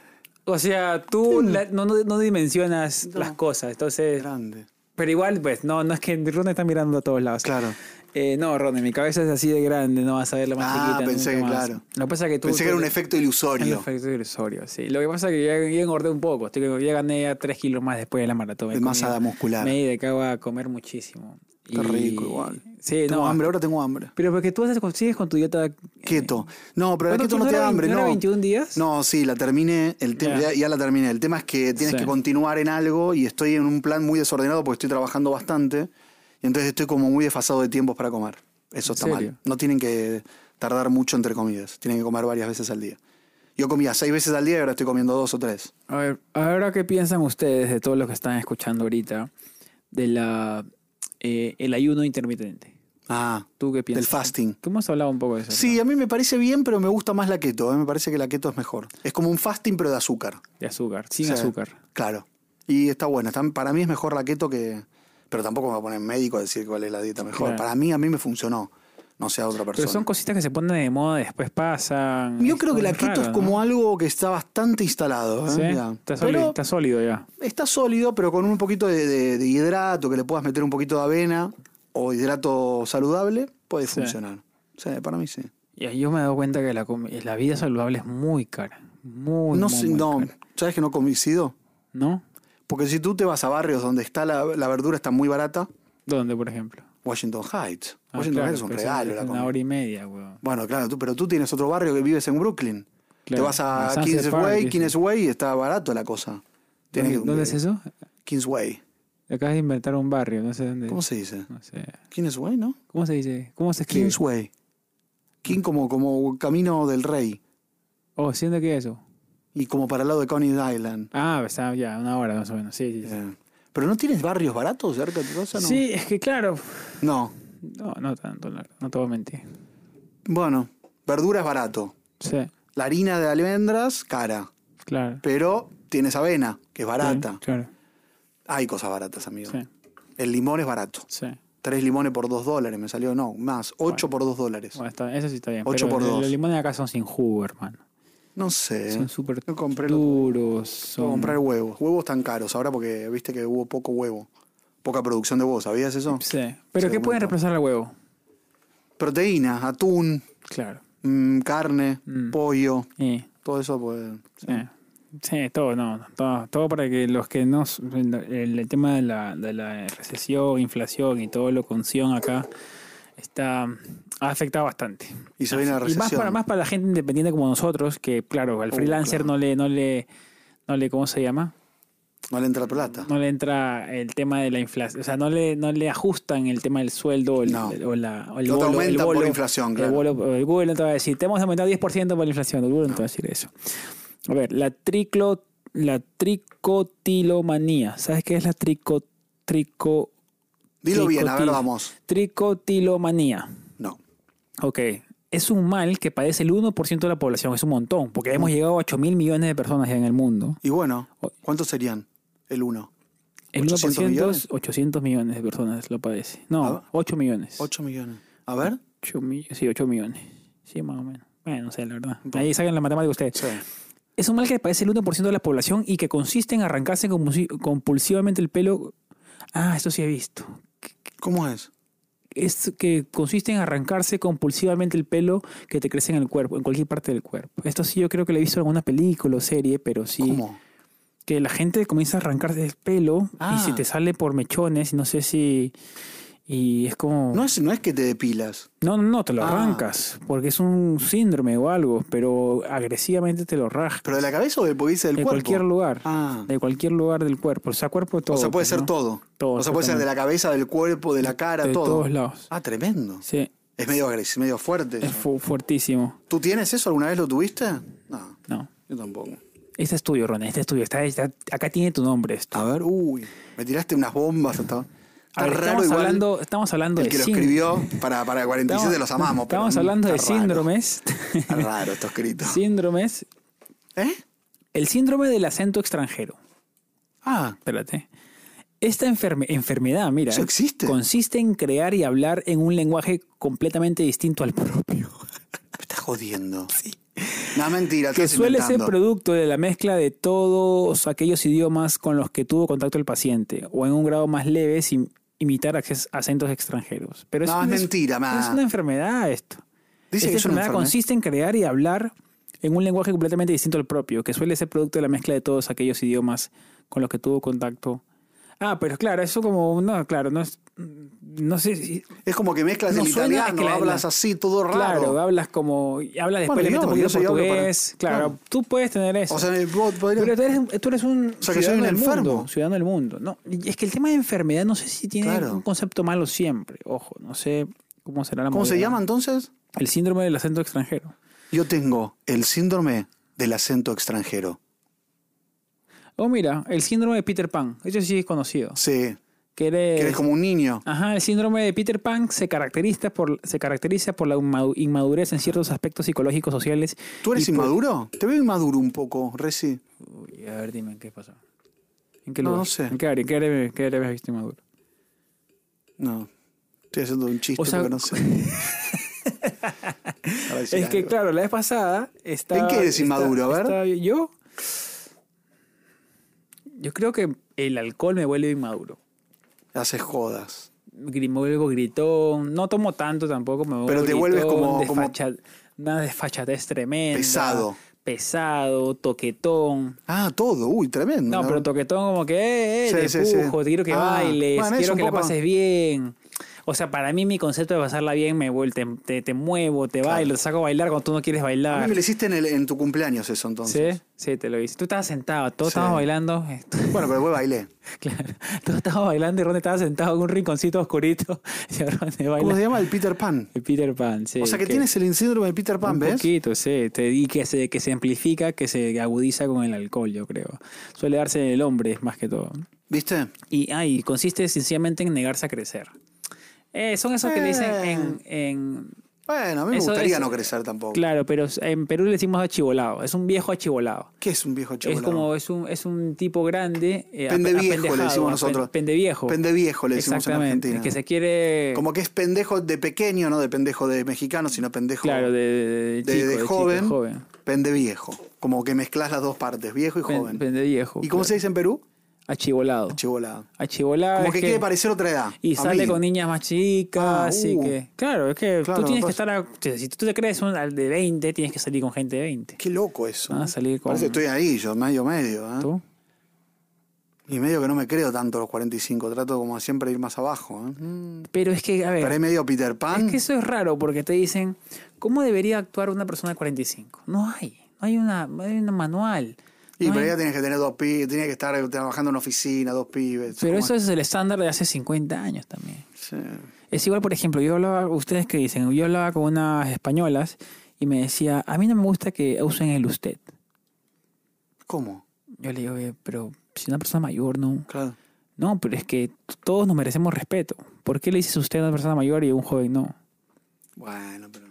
O sea, tú la- no, no- no dimensionas las cosas. Entonces,
Grande.
pero igual, pues, no, no es que Ron está mirando a todos lados.
Claro.
Eh, no, Ron, mi cabeza es así de grande, no vas a ver la más
Ah,
chiquita.
pensé
nunca
que,
más.
claro.
Lo que pasa es que tú.
Pensé que era
tú-
un efecto
El
ilusorio.
efecto ilusorio, sí. Lo que pasa es que ya, ya engordé un poco. Estoy, ya gané ya 3 kilos más después de la maratón.
De
He
masa
comido-
muscular.
Me he dedicado a comer muchísimo.
Qué rico igual.
Sí,
Tengo
no.
hambre, ahora tengo hambre.
Pero porque tú haces, sigues con tu dieta. eh,
Keto. No, pero la
¿cuánto
keto
tiempo
no te
era?
da hambre,
¿No era
no.
21 días?
No, sí, la terminé, el te-
Ya.
ya. la terminé. El tema es que tienes
Sí.
que continuar en algo y estoy en un plan muy desordenado porque estoy trabajando bastante y entonces estoy como muy desfasado de tiempos para comer. Eso
¿En
está
serio?
mal. No tienen que tardar mucho entre comidas, tienen que comer varias veces al día. Yo comía seis veces al día y ahora estoy comiendo dos o tres.
A ver, ahora qué piensan ustedes de todos los que están escuchando ahorita de la eh, el ayuno intermitente.
Ah,
¿Tú qué piensas?
del fasting.
¿Cómo has hablado un poco de eso?
Sí, a mí me parece bien, pero me gusta más la keto. ¿eh? Me parece que la keto es mejor. Es como un fasting, pero de azúcar.
De azúcar, sin
Sí,
azúcar.
Claro. Y está buena. Está- para mí es mejor la keto que. Pero tampoco me voy a poner médico a decir cuál es la dieta mejor.
Claro.
Para mí, a mí me funcionó. No sea otra persona.
Pero son cositas que se ponen de moda, después pasan.
Yo creo que la keto
raro,
es
¿no?
como algo que está bastante instalado. ¿eh?
Sí,
Ya.
Está, sólido,
Pero
está sólido ya.
está sólido, pero con un poquito de, de- de hidrato, que le puedas meter un poquito de avena o hidrato saludable, puede
Sí.
funcionar. Sí, para mí sí.
Y ahí yo me he dado cuenta que la, comi- la vida saludable es muy cara. Muy,
no,
muy,
sé-
muy
no,
cara.
¿sabes que no coincido?
¿No?
Porque si tú te vas a barrios donde está la, la verdura está muy barata,
¿Dónde, por ejemplo?
Washington Heights.
Ah,
Washington
claro,
Heights es un
pero
regalo. la
Una
comida.
hora y media, weón.
Bueno, claro, tú, pero tú tienes otro barrio que vives en Brooklyn.
Claro,
Te vas
a
a
Sunset Park,
Kingsway,
dice.
Kingsway y está barato la cosa. Tienes
¿Dónde,
que-
dónde es eso?
Kingsway.
Acabas de inventar un barrio, no sé dónde.
¿Cómo se dice?
No sé.
Kingsway, ¿no?
¿Cómo se dice? ¿Cómo se escribe?
Kingsway. King como, como camino del rey.
Oh, siendo que eso.
Y como para el lado de Coney Island.
Ah, está ya, una hora más o menos. Sí, sí, sí.
Eh, ¿Pero no tienes barrios baratos cerca de tu casa? No.
Sí, es que claro.
No.
No, no tanto, la verdad, no te voy a mentir.
Bueno, verduras barato.
Sí,
La harina de almendras, cara.
claro.
Pero tienes avena, que es barata.
Sí, claro,
Hay cosas baratas, amigo.
sí,
El limón es barato.
sí.
Tres limones por dos dólares me salió. No, más. Ocho por dos dólares.
Bueno, está, eso sí está bien.
Ocho
pero
por
los-
dos.
Los limones de acá son sin jugo, hermano.
No sé.
Son súper
Yo compré los-
duros. Son...
Tengo que comprar huevos. Huevos tan caros ahora porque viste que hubo poco huevo. Poca producción de huevos. ¿Sabías eso?
Sí. ¿Pero qué
Según
pueden
yo.
reemplazar al huevo?
Proteínas, atún,
Claro.
mm, carne,
Mm.
pollo.
Y,
Todo eso pues...
sí. Sí, todo, no, no, todo, todo para que los que no, el, el tema de la, de la recesión, inflación y todo lo conción acá está ha afectado bastante.
Y se viene la
Y
recesión.
más para, más para la gente independiente como nosotros, que claro, al
Uh,
freelancer
claro.
no le, no le, no le, ¿cómo se llama?
No le entra plata.
No le entra el tema de la inflación, o sea, no le, no le ajustan el tema del sueldo o el,
No.
o la, o el
No te
bolo. el
aumentan por
bolo,
inflación,
el
claro.
bolo- el Google no te va a decir, te hemos aumentado 10% por la inflación, el Google no te va a decir eso. A ver, la triclo, la tricotilomanía, ¿sabes qué es la trico, trico,
Dilo bien, a ver,
tricotil-
vamos.
tricotilomanía?
No.
Ok. Es un mal que padece el 1% de la población. Es un montón, porque hemos llegado a 8 mil millones de personas en el mundo.
Y bueno, ¿cuántos serían? El uno.
El
800
1%
millones.
800 millones de personas lo padece.
Ah.
No, 8 millones.
8 millones. A ver.
8 mi- sí, 8 millones. Sí, más o menos. Bueno, no sé, la verdad. Ahí sacan la matemática ustedes.
Sí.
Es un mal que padece el 1% de la población y que consiste en arrancarse compulsi- compulsivamente el pelo. Ah, esto sí he visto.
¿Cómo es?
es que consiste en arrancarse compulsivamente el pelo que te crece en el cuerpo, en cualquier parte del cuerpo. Esto sí yo creo que lo he visto en alguna película o serie, pero sí
¿Cómo?
que la gente comienza a arrancarse el pelo
Ah.
y si te sale por mechones, no sé si y es como
No es, no es que te depilas.
no, no, no, te lo
Ah.
arrancas porque es un síndrome o algo, pero agresivamente te lo rascas
¿Pero de la cabeza o de porque dice del
de
cuerpo?
cualquier lugar,
Ah.
de cualquier lugar del cuerpo, o sea, cuerpo todo.
o sea, puede
pues,
ser
¿no?
todo.
Todo,
O sea, puede ser de la cabeza, del cuerpo, de la cara,
de
todo.
todos lados.
Ah, tremendo.
Sí,
Es medio agresivo, medio fuerte.
es
eso.
fu- fuertísimo.
¿Tú tienes eso? ¿Alguna vez lo tuviste? No,
No.
yo tampoco.
Este estudio, Ron, este estudio. Está, está- acá tiene tu nombre esto.
A ver, uy, me tiraste unas bombas. Está,
A
Ah,
ver,
está raro
estamos,
igual
hablando, estamos hablando
el
de
que lo
sínd-
escribió para, para 46
estamos-
de los amamos. pero
Estamos hablando de
está raro.
síndromes.
Está raro esto escrito.
síndromes.
¿Eh?
El síndrome del acento extranjero.
Ah,
Espérate. Esta enferme- enfermedad, mira,
¿Eso existe?
consiste en crear y hablar en un lenguaje completamente distinto al propio,
me estás jodiendo. No, mentira,
que
estás
suele
inventando.
ser producto de la mezcla de todos aquellos idiomas con los que tuvo contacto el paciente, o en un grado más leve sin imitar acces- acentos extranjeros. Pero es
No, es
una-
mentira, ma.
Es una enfermedad esto. Esta
Dice que es una
enfermedad
enfermedad.
consiste en crear y hablar en un lenguaje completamente distinto al propio, que suele ser producto de la mezcla de todos aquellos idiomas con los que tuvo contacto. Ah, pero claro, eso como no, claro, no es no sé si
Es como que mezclas
No
el
suena, es
italiano,
que la-
hablas
la-
así, todo raro.
claro, hablas como hablas después le
Bueno,
metes
yo-
un poquito
yo soy hablo para-
portugués, claro,
claro.
tú puedes tener eso.
o sea, vos podrías-
pero tú eres, tú eres un
O sea, que soy
ciudadano
un
del mundo,
enfermo.
ciudadano del mundo. No, y es que el tema de enfermedad no sé si tiene
Claro.
un concepto malo siempre. Ojo, no sé cómo será la
¿Cómo se
modalidad.
llama entonces?
El síndrome del acento extranjero.
Yo tengo el síndrome del acento extranjero.
Oh, mira, el síndrome de Peter Pan. Eso sí es conocido.
Sí,
Que eres-
que eres como un niño.
Ajá, el síndrome de Peter Pan se caracteriza por, se caracteriza por la inma- inmadurez en ciertos aspectos psicológicos, sociales.
¿Tú eres
y por-
inmaduro? Te veo inmaduro un poco, Reci.
Uy, a ver, dime, ¿qué pasó? ¿En qué
No,
lugar?
no sé.
¿En qué área, en qué área, me- qué área me has visto inmaduro?
No. Estoy haciendo un chiste,
O sea-
pero no sé. Para decir
Es que,
algo.
claro, la vez pasada estaba...
¿En qué eres
esta-
inmaduro? A ver.
estaba- yo... Yo creo que el alcohol me vuelve inmaduro.
Haces jodas.
gri- me vuelvo gritón, no tomo tanto tampoco, me vuelvo
Pero te vuelves
gritón,
como- como-
desfacha- una desfachatez tremenda.
Pesado.
pesado, toquetón.
Ah, todo, uy, tremendo.
No, pero toquetón como que, eh, eh,
Sí,
te
sí, sí.
empujo, te quiero que
Ah,
bailes,
bueno, eso
quiero
un
que la
poco.
pases bien. O sea, para mí mi concepto de pasarla bien, me vuel- te, te- te muevo, te
Claro.
bailo, te saco a bailar cuando tú no quieres
A
bailar.
mí me lo hiciste en, el- en tu cumpleaños eso
Sí,
entonces.
sí, te lo hice. Tú estabas sentado, todos
Sí.
estábamos bailando. eh, tú-
Bueno, pero después bailé.
Claro, todos estábamos bailando y Ron estaba sentado en un rinconcito oscurito. Y Ron se baila.
¿Cómo se llama? El Peter Pan.
El Peter Pan, sí.
o sea que, tienes el síndrome de Peter Pan,
Eh, un
¿ves?
poquito, sí. Te, y que se, que se amplifica, que se agudiza con el alcohol, yo creo. Suele darse en el hombre, más que todo.
¿Viste?
Y ay, consiste sencillamente en negarse a crecer. Eh, son esos que le dicen en... en-
Bueno, a mí me
Eso-
gustaría
eso-
no crecer tampoco.
claro, pero en Perú le decimos achivolado. Es un viejo achivolado.
¿Qué es un viejo chocolate?
Es como, es un, es un tipo grande. eh,
Pendeviejo, le
apendejado,
decimos nosotros.
apen- Pendeviejo.
Pendeviejo le decimos en
Exactamente,
Argentina.
Que se quiere...
Como que es pendejo de pequeño, no de pendejo de mexicano, sino pendejo
Claro, de, de- de
de-
chico,
de
de chico,
joven,
joven.
pendeviejo. Como que mezclas las dos partes, viejo y
Pen-
joven.
Pendeviejo.
¿Y cómo se
claro.
dice en Perú?
Achivolado.
Chivolada.
Achivolado
Como
Ah, es
que, quiere parecer otra edad.
Y
a
sale
mí.
con niñas más chicas,
Ah,
así
uh.
que... Claro, es que
Claro,
tú tienes
pasa.
que estar... a- si tú te crees un al de 20, tienes que salir con gente de 20.
Qué loco eso. ¿eh?
Ah, salir con-
Parece que estoy ahí, yo medio medio. ¿eh?
¿Tú?
Y medio que no me creo tanto los 45. Trato como siempre de ir más abajo. ¿eh?
Pero es que, a ver...
Pero es medio Peter Pan.
Es que eso es raro porque te dicen, ¿cómo debería actuar una persona de 45? No hay, no hay, una, no hay un manual.
y
no
pero
hay-
ya tienes que tener dos pibes, tienes que estar trabajando en una oficina, dos pibes.
pero
como-
eso es el estándar de hace 50 años también.
Sí.
Es igual, por ejemplo, yo hablaba, ustedes que dicen, yo hablaba con unas españolas y me decía, a mí no me gusta que usen el usted.
¿Cómo?
Yo le digo, "Eh, pero si una persona mayor no.
Claro.
No, pero es que todos nos merecemos respeto. ¿Por qué le dices usted a una persona mayor y a un joven no?
Bueno, pero.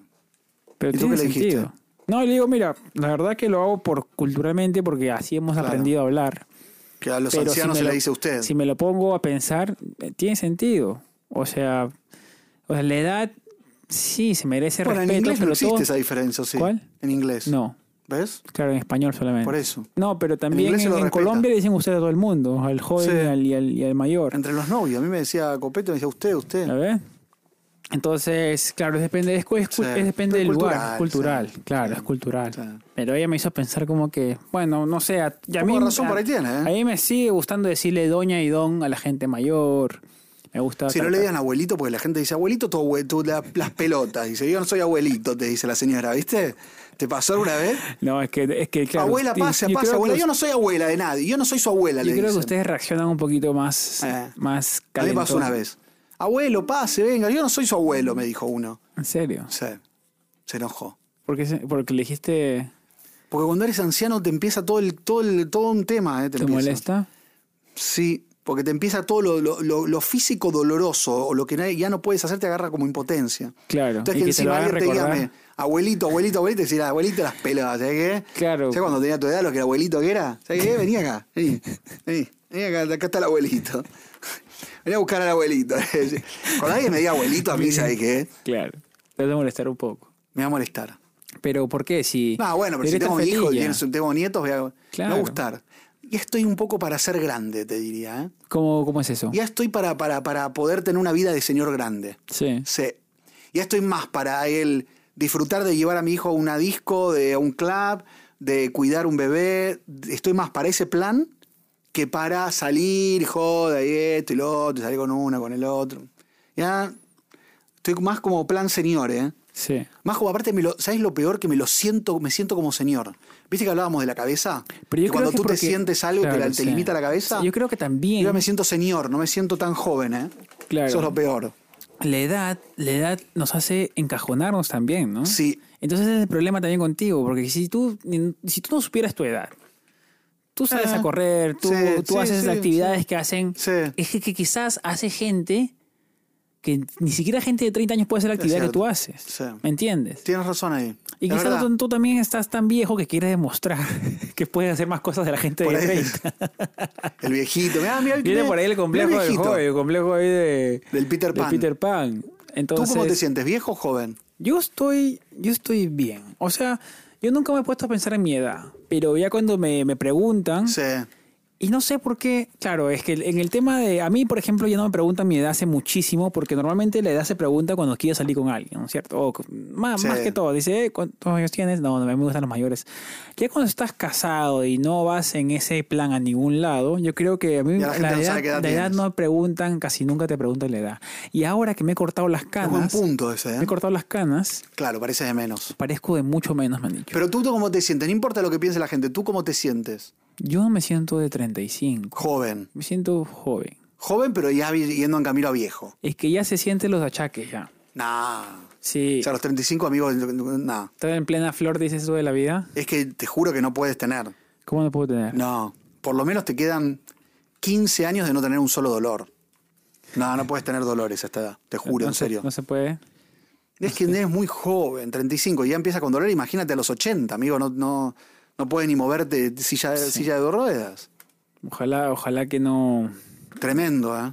Pero
¿Y tú
tiene
qué le dijiste?
sentido. No, le digo, mira, la verdad que lo hago por culturalmente porque así hemos
Claro.
aprendido a hablar.
Que a los
Pero
ancianos
si me
se le
lo-
dice usted.
Si me lo pongo a pensar, eh, tiene sentido. O sea, o sea, la edad sí se merece
bueno, en
respeto,
inglés no
pero
existe
todo-
esa diferencia, ¿o sí.
¿Cuál?
En inglés.
No,
¿Ves?
claro, en español solamente.
Por eso.
No, pero también
inglés
en,
se lo
en
respeta.
Colombia le dicen ustedes a todo el mundo, al joven
Sí.
y, al, y al- y al mayor.
Entre los novios, a mí me decía Copete, me decía usted, usted.
¿La ves? Entonces, claro, depende, es, cu- es cu-
Sí.
es depende
Es
del lugar,
cultural,
es cultural,
sí.
claro,
Sí.
es cultural.
Sí.
Pero ella me hizo pensar como que, bueno, no sé, a, y a
Un poco
mí,
de razón
a-
por ahí tiene, ¿eh?
a mí me sigue gustando decirle doña y don a la gente mayor. Me gusta.
Si no le digan abuelito, porque la gente dice abuelito, tu abue- tu- la- las pelotas. Dice, yo no soy abuelito, te dice la señora, ¿viste? ¿Te pasó alguna vez?
No, es que, es que claro.
abuela,
yo-
pase,
yo creo
pase,
que
abuela.
us-
Yo no soy abuela de nadie, yo no soy su abuela,
yo
le
creo que
dicen.
ustedes reaccionan un poquito más,
Eh.
más
A mí me pasó
calentón.
una vez. Abuelo, pase, venga, yo no soy su abuelo, me dijo uno.
¿En serio?
Sí. Se enojó.
Porque, se- porque le dijiste,
Porque cuando eres anciano te empieza todo el, todo el- todo un tema, ¿eh?
¿te,
empieza.
molesta?
Sí, porque te empieza todo lo, lo- lo- lo físico doloroso, o lo que nadie- ya no puedes hacer, te agarra como impotencia.
Claro.
Entonces
y
que
que se lo
encima
hagan
alguien te
recordar.
llame, abuelito, abuelito, abuelito, y decir, "Ah, abuelito las pelotas, ¿sabes qué?
Claro.
¿Sabes cuando tenía tu edad lo que el abuelito que era? ¿Sabes qué? Vení acá, vení, vení, vení acá, acá está el abuelito. Vení a buscar al abuelito. cuando alguien me diga abuelito a mí, ¿sabes qué?
Claro. Te vas a molestar un poco.
Me va a molestar.
Pero ¿por qué? Si.
No, bueno, pero si
Debería
tengo
estar
hijos,
feliz ya.
tienes- tengo nietos, voy a- me va a
Claro.
gustar. Y estoy un poco para ser grande, te diría, ¿eh?
¿Cómo, cómo es eso?
Ya estoy para, para, para poder tener una vida de señor grande.
Sí.
Sí. Ya estoy más para el disfrutar de llevar a mi hijo a una disco, de a un club, de cuidar un bebé. Estoy más para ese plan que para salir, joda, y esto y lo otro, salir con una, con el otro. Ya estoy más como plan señor, ¿eh?
Sí.
Más como aparte, me lo, ¿sabes lo peor? Que me lo siento, me siento como señor. ¿Viste que hablábamos de la cabeza?
Pero yo
Que
creo
cuando
que
tú
porque-
te sientes algo
claro,
que la- te
sí.
limita la cabeza.
Yo creo que
Yo
también
ya me siento señor, no me siento tan joven, ¿eh?
Claro.
Eso es lo peor.
la edad, la edad nos hace encajonarnos también, ¿no?
Sí.
Entonces ese es el problema también contigo, porque si tú, si tú no supieras tu edad, tú sales
Ah,
a correr, tú,
sí,
tú
sí,
haces
sí,
esas actividades que hacen,
Sí.
es que, que quizás hace gente que ni siquiera gente de 30 años puede hacer la
Es
actividad que
cierto.
tú haces.
Sí.
¿Me entiendes?
Tienes razón ahí.
Y
La
quizás
verdad.
tú, tú también estás tan viejo que quieres demostrar que puedes hacer más cosas de la gente
Por
de
ahí.
30.
El viejito. Mirá, mirá,
Viene
mirá,
por ahí el complejo
mirá
del
viejito.
joven, el complejo ahí de,
Del Peter
de
Pan.
Peter Pan. Entonces,
¿Tú cómo te sientes? ¿Viejo o joven?
Yo estoy, yo estoy bien. ¿Mm? O sea, yo nunca me he puesto a pensar en mi edad. Pero ya cuando me, me preguntan,
Sí.
Y no sé por qué, claro, es que en el tema de, a mí por ejemplo ya no me preguntan mi edad hace muchísimo, porque normalmente la edad se pregunta cuando quieres salir con alguien, ¿no es cierto? O, más,
Sí.
más que todo, dice, "Eh, ¿cuántos años tienes? No, no, a mí me gustan los mayores. Ya cuando estás casado y no vas en ese plan a ningún lado, yo creo que a mí
Ya la gente no sabe qué edad
la edad
tienes.
no me preguntan, casi nunca te preguntan la edad. Y ahora que me he cortado las
Es buen
canas,
punto ese,
me he
¿eh?
cortado las canas,
Claro, parece de menos.
parezco de mucho menos, me han dicho.
Pero tú cómo te sientes, no importa lo que piense la gente, tú cómo te sientes.
Yo no me siento de 35,
Joven.
me siento joven.
Joven, pero ya vi- yendo en camino a viejo.
Es que ya se sienten los achaques ya.
Nah.
Sí.
O sea, los 35 amigos, nah.
Estaba en plena flor, dices eso de la vida.
Es que te juro que no puedes tener.
¿Cómo no puedo tener?
No. Por lo menos te quedan 15 años de no tener un solo dolor. No, no puedes tener dolores a esta edad. Te juro,
No
en
se-
serio.
No se puede.
Es que eres muy joven, 35, y ya empiezas con dolor, imagínate a los 80, amigo, no, no, no puedes ni moverte de silla, silla de dos ruedas.
Ojalá, ojalá que no.
Tremendo, ¿eh?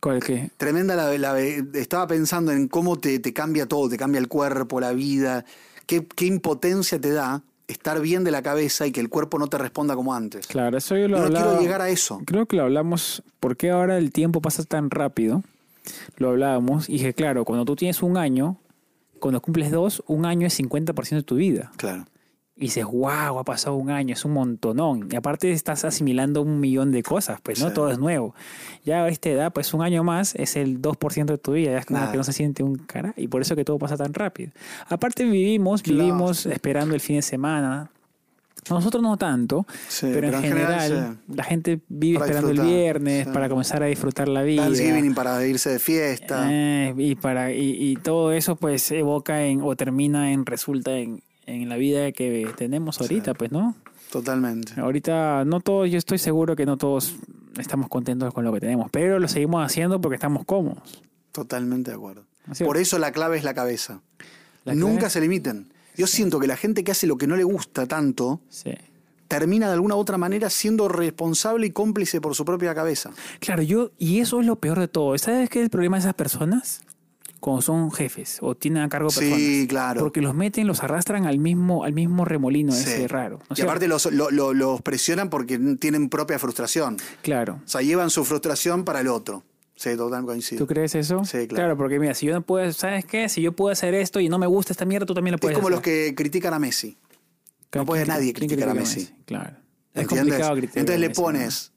¿Cuál que?
Tremenda la... la- estaba pensando en cómo te, te cambia todo, te cambia el cuerpo, la vida, qué, qué impotencia te da estar bien de la cabeza y que el cuerpo no te responda como antes.
Claro, eso yo lo
Yo no
hablaba.
quiero llegar a eso.
Creo que lo hablamos. ¿Por qué ahora el tiempo pasa tan rápido? Lo hablábamos. Y dije, claro, cuando tú tienes un año, cuando cumples dos, un año es 50% de tu vida.
Claro.
Y dices, wow, ha pasado un año, es un montonón. Y aparte estás asimilando un millón de cosas, pues no
Sí.
todo es nuevo. Ya a esta edad, pues un año más es el 2% de tu vida, ya es como
Nada.
que no se siente un cara. Y por eso que todo pasa tan rápido. Aparte vivimos, vivimos esperando el fin de semana. Nosotros no tanto,
Sí,
pero, en, general, la gente vive
Para
esperando el
disfrutar,
viernes
sí.
para comenzar a disfrutar la
sí.
vida.
Thanksgiving para irse de fiesta.
Eh, y para y, y todo eso pues evoca en o termina en resulta en, en la vida que tenemos ahorita, pues, ¿no?
Totalmente.
Ahorita no todos, yo estoy seguro que no todos estamos contentos con lo que tenemos, pero lo seguimos haciendo porque estamos cómodos.
Totalmente de acuerdo.
¿no es cierto?
Por eso la clave es la cabeza.
La
Nunca
clave-
se limiten. Yo siento que la gente que hace lo que no le gusta tanto
Sí.
termina de alguna u otra manera siendo responsable y cómplice por su propia cabeza.
Claro, yo y eso es lo peor de todo. ¿Sabes qué es el problema de esas personas? Cuando son jefes o tienen a cargo personas.
Sí, claro.
Porque los meten, los arrastran al mismo al mismo remolino
Sí.
ese raro. ¿no es
y
cierto?
aparte los, lo- lo- los presionan porque tienen propia frustración.
claro.
O sea, llevan su frustración para el otro. Sí, total, coincido.
¿Tú crees eso?
Sí, claro.
porque mira, si yo no puedo, ¿sabes qué? Si yo puedo hacer esto y no me gusta esta mierda, tú también lo
Es
puedes
como
hacer.
los que critican a Messi. no puede
¿Quién-
nadie
quién
criticar a
critica
Messi?
Claro. Es
¿Entiendes?
complicado criticar a
Entonces le
Messi, ¿no?
pones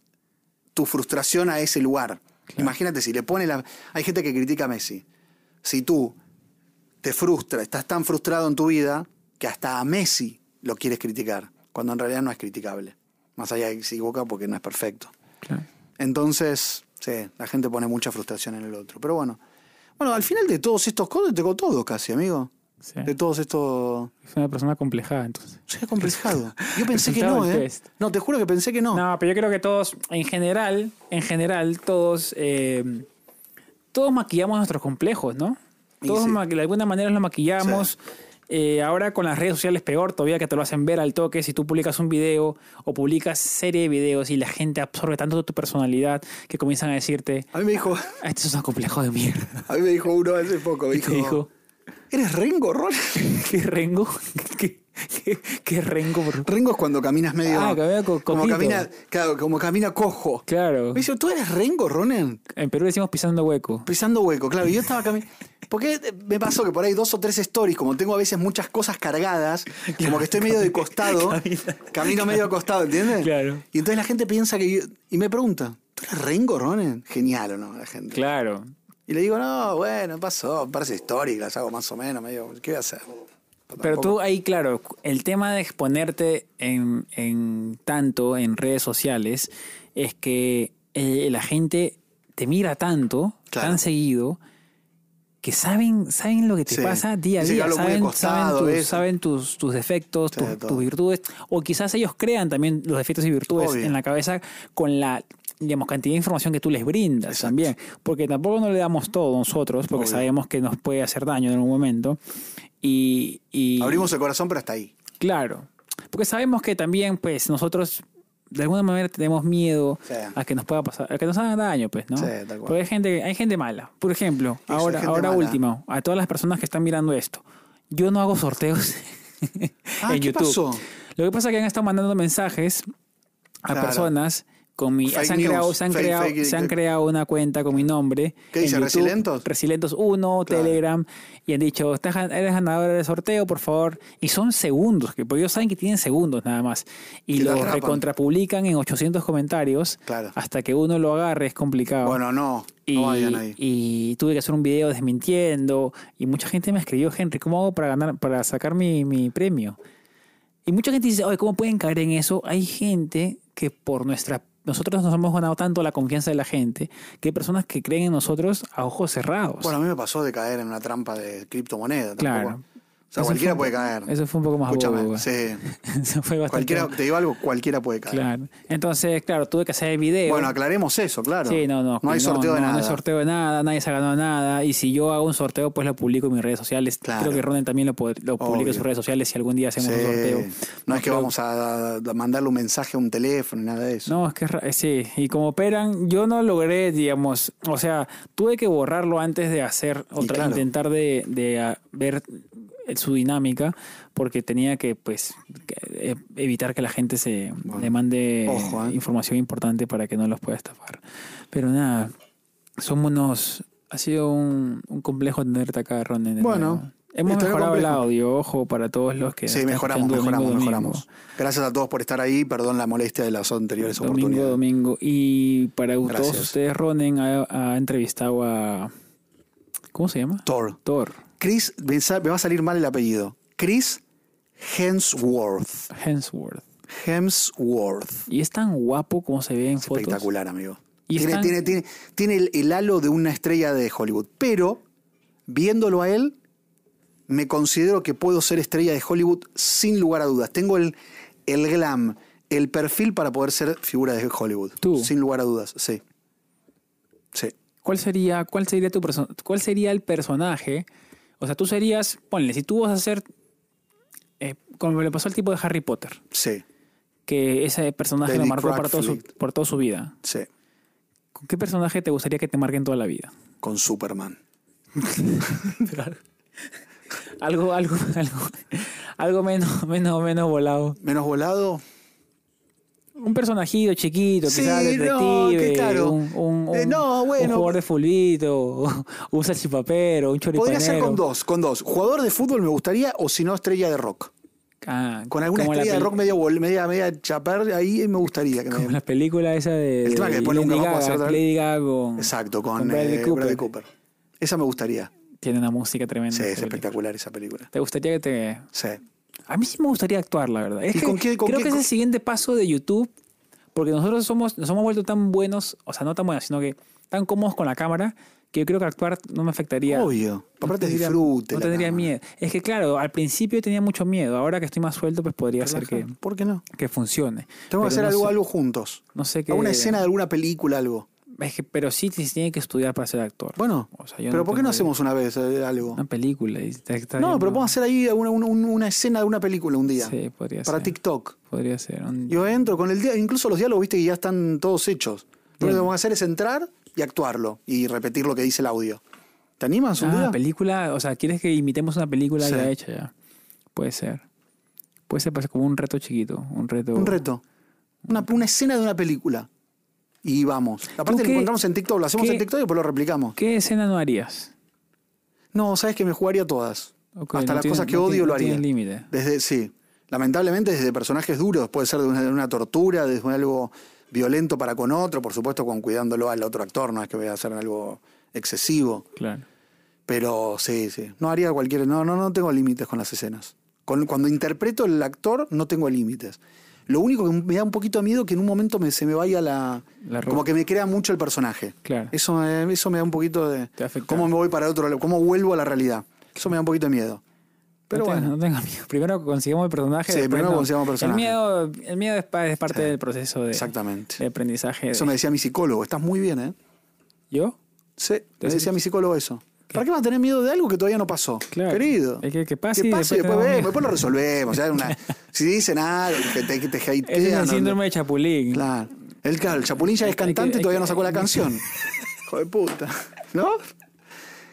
tu frustración a ese lugar. Imagínate si le pones la. Hay gente que critica a Messi. Si tú te frustras, estás tan frustrado en tu vida que hasta a Messi lo quieres criticar, cuando en realidad no es criticable. Más allá de que se equivoca porque no es perfecto.
Claro.
Entonces, sí, la gente pone mucha frustración en el otro. Pero bueno. Bueno, al final de todos estos cosas, tengo todo casi, amigo.
Sí.
De todos estos.
Es una persona complejada, entonces.
Se ha complicado. Yo pensé que
Resultado
no,
del
¿eh?
test.
No, te juro que pensé que no.
No, pero yo creo que todos, en general, en general, todos, eh, todos maquillamos nuestros complejos, ¿no?
Y
Todos
sí.
ma- de alguna manera los maquillamos. Eh, ahora con las redes sociales peor todavía que te lo hacen ver al toque. Si tú publicas un video o publicas serie de videos y la gente absorbe tanto de tu personalidad que comienzan a decirte,
A mí me dijo,
ah, este es un complejo de mierda.
a mí me dijo uno hace poco, me
Y te
dijo,
dijo,
¿eres Rengo, Ron?
¿qué rengo? ¿Qué, qué, qué rengo? por-
Rengo es cuando caminas medio...
Ah, camina co-
como
cojito.
camina, claro, como camina cojo.
Claro.
Me dijo, ¿tú eres Rengo, Ronen?
En Perú decimos pisando hueco.
Pisando hueco, claro. Y yo estaba caminando... Porque me pasó que por ahí dos o tres stories, como tengo a veces muchas cosas cargadas, como que estoy medio de costado, camino medio acostado, ¿entiendes?
Claro.
Y entonces la gente piensa que yo- Y me pregunta, ¿tú eres Rengo, Ronen? Genial, ¿o no? La gente.
Claro.
Y le digo, no, bueno, pasó, parece históricas, hago más o menos, medio, ¿qué voy a hacer?
Pero tú ahí, claro, el tema de exponerte en, en tanto en redes sociales es que eh, la gente te mira tanto,
Claro.
tan seguido, que saben, saben lo que te
Sí.
pasa día a
Dicen que
día,
hablo muy de
saben,
costado,
saben,
eso.
tus, saben tus, tus defectos,
Sí,
tus,
todo.
tus virtudes, o quizás ellos crean también los defectos y virtudes
Obvio.
en la cabeza con la digamos, cantidad de información que tú les brindas
Exacto.
también, porque tampoco no le damos todo nosotros, porque
Obvio.
sabemos que nos puede hacer daño en algún momento. Y, y-
Abrimos el corazón, pero hasta ahí.
Claro. Porque sabemos que también, pues, nosotros de alguna manera tenemos miedo
Sí.
a que nos pueda pasar, a que nos hagan daño, pues, ¿no?
Sí, tal cual.
Porque hay gente, hay gente mala. Por ejemplo,
sí,
ahora,
gente
ahora
mala.
último, a todas las personas que están mirando esto, yo no hago sorteos
Ah,
en
¿qué
YouTube.
pasó?
Lo que pasa es que han estado mandando mensajes a
Claro.
personas con mi.
Fake
se han,
news,
creado, se han
fake-
creado-
fake-
se han
fake-
creado una cuenta con mi nombre.
¿Qué
en
dice,
YouTube,
Resilentos?
Resilentos 1,
Claro.
Telegram. Y han dicho, "Estás gan- eres ganador del sorteo, por favor. Y son segundos, que porque ellos saben que tienen segundos nada más. Y
Que la
lo
atrapan.
recontrapublican en 800 comentarios.
Claro.
Hasta que uno lo agarre es complicado.
Bueno, no,
Ah. Y,
no vayan ahí.
y tuve que hacer un video desmintiendo. Y mucha gente me escribió, Henry, ¿cómo hago para ganar, para sacar mi, mi premio? Y mucha gente dice, oye, ¿cómo pueden caer en eso? Hay gente que por nuestra. Nosotros nos hemos ganado tanto la confianza de la gente que hay personas que creen en nosotros a ojos cerrados.
Bueno, a mí me pasó de caer en una trampa de criptomoneda.
Claro.
tampoco. O sea,
Eso
cualquiera
fue
puede
un po-
caer.
Eso fue un poco más
Escúchame,
bobo.
sí.
Eso fue bastante.
Cualquiera, te digo algo, cualquiera puede caer.
Claro. Entonces, claro, tuve que hacer el video.
Bueno, aclaremos eso, claro.
Sí, no, no.
No hay
que
sorteo de
no,
nada.
No hay sorteo de nada, nadie se ha ganado nada. Y si yo hago un sorteo, pues lo publico en mis redes sociales.
Claro.
Creo que Ronen también lo, pod- lo publica en
Obvio.
sus redes sociales si algún día
Sí.
hacemos un sorteo.
No es que
creo-
vamos a, a mandarle un mensaje a un teléfono ni nada de eso.
No, es que es ra- eh, sí. Y como operan, yo no logré, digamos, o sea, tuve que borrarlo antes de hacer,
Y
otra,
claro.
intentar de, de, ah, ver eh, su dinámica, porque tenía que, pues, que, eh, evitar que la gente se
Bueno.
le mande
Ojo, ¿eh?
información importante para que no los pueda estafar. Pero nada, somos unos... Ha sido un, un complejo tenerte acá, Ron. de
Bueno,
nuevo. hemos
está
mejorado el
complejo.
audio, ojo, para todos los que...
Sí,
están
mejoramos,
escuchando domingo,
mejoramos,
domingo.
mejoramos. Gracias a todos por estar ahí. Perdón la molestia de las anteriores
Domingo,
oportunidades.
domingo. Y para todos
Gracias.
ustedes, Ronen ha, ha entrevistado a. ¿Cómo se llama?
Thor.
Thor
Chris, me sa- me va a salir mal el apellido. Chris Hemsworth.
Hemsworth.
Hemsworth.
Y es tan guapo como se ve en fotos.
Espectacular, amigo.
Y
Tiene,
están-
tiene- tiene- tiene el, el halo de una estrella de Hollywood. Pero, viéndolo a él, me considero que puedo ser estrella de Hollywood sin lugar a dudas. Tengo el, el glam, el perfil para poder ser figura de Hollywood.
Tú.
Sin lugar a dudas, sí. Sí.
¿Cuál sería, cuál sería tu perso- cuál sería el personaje? O sea, tú serías, ponle, si tú vas a ser, eh, como le pasó al tipo de Harry Potter,
Sí, que
que ese personaje lo
David
marcó para todo su-
Radcliffe.
por toda su vida.
sí,
¿Con qué personaje te gustaría que te marquen toda la vida?
con Superman.
algo, algo, algo, algo menos, menos, menos volado.
Menos volado.
Un personajito chiquito,
Sí,
quizás detective,
no, que claro.
un, un, un,
Eh, no,
un
bueno.
jugador de fulbito, un salchipapero, un choripanero.
Podría ser con dos, con dos. Jugador de fútbol me gustaría, o si no, estrella de rock.
Ah,
Con alguna
como la
estrella de
peli-
rock media, vol- media, media chapar, ahí me gustaría. Que me-
Como la película esa de,
El tema que
de
después nunca
Lady
vamos a
Gaga,
hacer otra-
Lady Gaga con-
Exacto, con,
con Bradley
eh,
Cooper.
Bradley Cooper. Esa me gustaría.
Tiene una música tremenda.
Sí,
esa
es
película.
espectacular esa película.
¿Te gustaría que te...?
Sí.
A mí sí me gustaría actuar, la verdad. Es
¿Y
que
con qué- con
creo
qué-
que es el
con-
siguiente paso de YouTube, porque nosotros somos, nos hemos vuelto tan buenos, o sea, no tan buenos, sino que tan cómodos con la cámara, que yo creo que actuar no me afectaría.
Obvio. Aparte
tendría-
disfrute.
No
la
tendría
cámara.
miedo. Es que claro, al principio tenía mucho miedo. Ahora que estoy más suelto, pues podría ser que,
Relaja. ¿Por qué no?
que funcione.
Tengo
Pero
que hacer
no
algo,
sé-
algo juntos.
No sé qué.
Alguna escena de alguna película, algo.
Es que, pero sí se tiene que estudiar para ser actor.
Bueno,
O sea, yo
pero ¿por qué
tengo
no hacemos una vez eh, algo?
Una película. y te- está viendo-
No, pero podemos hacer ahí una, una- una- una escena de una película un día.
Sí, podría
para
ser.
TikTok.
Podría ser. un-
Yo entro con el día, incluso los diálogos, viste que ya están todos hechos. Lo único que vamos a hacer es entrar y actuarlo y repetir lo que dice el audio. ¿Te animas un
Ah,
día?
película, o sea, ¿quieres que imitemos una película
Sí.
ya hecha ya? Puede ser. Puede ser pues, como un reto chiquito, un reto.
Un reto. Una, una escena de una película. Y vamos. Aparte lo
qué-
encontramos en TikTok, lo hacemos
qué-
en TikTok y después lo replicamos.
¿Qué escena no harías?
No, sabes que me jugaría todas.
Ok,
Hasta
no
las
tiene-
cosas que
no
odio
tiene-
lo
no
haría.
tiene límite.
Desde, sí. Lamentablemente desde personajes duros, puede ser de una, de una tortura, desde algo violento para con otro, por supuesto con cuidándolo al otro actor, no es que voy a hacer algo excesivo.
Claro.
Pero sí, sí. No haría cualquier. No, no, no tengo límites con las escenas. Con- cuando interpreto el actor, no tengo límites. Lo único que me da un poquito de miedo es que en un momento me- se me vaya la.
La ro-
como que me crea mucho el personaje.
Claro.
Eso, me- eso me da un poquito de.
Te afecta.
¿Cómo me voy para el otro lado? ¿Cómo vuelvo a la realidad? Eso me da un poquito de miedo. Pero
no tengas-
bueno.
no tengas miedo. Primero consigamos el personaje.
Sí,
después
primero
no.
consigamos el personaje.
El miedo, el miedo es, pa- es parte del proceso de,
Exactamente.
de aprendizaje. de-
Eso me decía mi psicólogo. Estás muy bien, ¿eh?
¿Yo?
Sí, me decía mi psicólogo eso. ¿Para qué vas a tener miedo de algo que todavía no pasó?
Claro.
Querido.
Es que- que pase
Que
y
pase y
después
después,
tenemos
vemos,
miedo.
después lo resolvemos. ya una- si dicen algo, que te, que te hatean,
Ese es el
no-
síndrome de Chapulín.
Claro. El, claro, el Chapulín ya es
que-
cantante
hay
y todavía
que-
no sacó la
hay que-
canción. Hijo de puta. ¿No?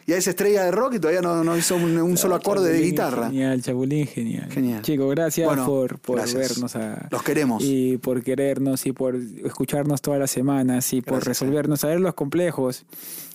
Y Y a esa estrella de rock y todavía no, no hizo un, un solo acorde de
Chapulín,
guitarra.
Genial, Chapulín, genial.
Genial.
Chicos, gracias
Bueno,
por, por
gracias.
vernos. A,
Los queremos.
Y por querernos y por escucharnos todas las semanas y por
Gracias, sí.
resolvernos. A ver los complejos.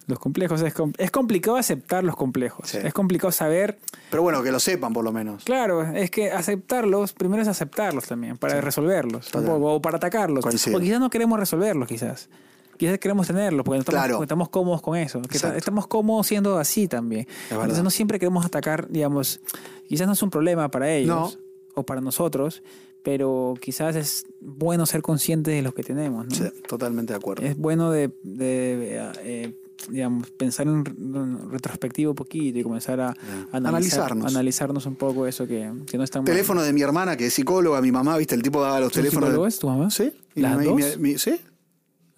Los complejos es, com- es complicado aceptar los complejos.
Sí.
Es complicado saber.
Pero bueno, que lo sepan por lo menos.
Claro, es que aceptarlos, primero es aceptarlos también, para resolverlos.
Total.
O, o para atacarlos.
Coincido.
O quizás no queremos resolverlos, quizás. Quizás queremos tenerlos, porque no estamos,
Claro.
porque estamos cómodos con eso. Que
Exacto.
estamos cómodos siendo así también.
verdad.
Entonces no siempre queremos atacar, digamos, quizás no es un problema para ellos o para nosotros, pero quizás es bueno ser conscientes de lo que tenemos. ¿no?
Sí, totalmente de acuerdo.
Es bueno de, de, eh, eh, digamos, pensar en, en retrospectivo un poquito y comenzar a analizar-
Analizarnos.
analizarnos un poco eso que, que no es tan bueno.
Teléfono de mi hermana, que es psicóloga, mi mamá, viste, el tipo daba los
¿Son
teléfonos. de-
psicólogos, tu mamá?
¿Sí? Y
¿Las
mi- y
dos?
mi- mi- ¿Sí?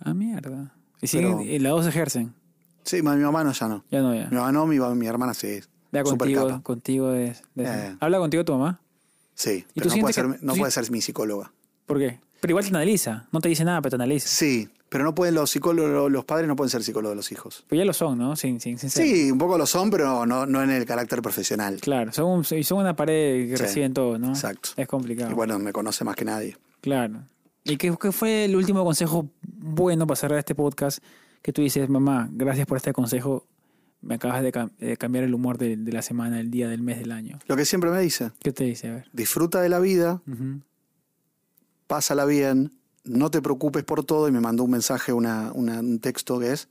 Ah, mierda. Y
Pero-
siguen- y las dos ejercen.
Sí, ma- mi mamá no, ya no.
Ya no, ya.
Mi mamá no, mi, mi hermana sí.
Ya
Super capa.
contigo, contigo es. de-
Eh.
Habla contigo tu mamá.
Sí,
¿Y
pero
tú
no, puede
sientes que-
ser, no
tú
puede ser mi psicóloga.
¿Por qué? Pero igual te analiza. No te dice nada, pero te analiza.
Sí, pero no pueden los psicólogos, los padres no pueden ser psicólogos de los hijos.
Pues ya lo son, ¿no? Sin, sin, sin ser.
Sí, un poco lo son, pero no, no en el carácter profesional.
Claro, son, un- y son una pared que
Sí.
reciben todo, ¿no?
Exacto.
Es complicado.
Y bueno, me conoce más que nadie.
Claro. ¿Y qué, qué fue el último consejo bueno para cerrar este podcast? Que tú dices, mamá, gracias por este consejo. Me acabas de, cam- de cambiar el humor de, de la semana, del día, del mes, del año.
Lo que siempre me dice,
¿Qué te dice? A ver.
disfruta de la vida,
Ujú.
pásala bien, no te preocupes por todo. Y me mandó un mensaje, una, una- un texto que es,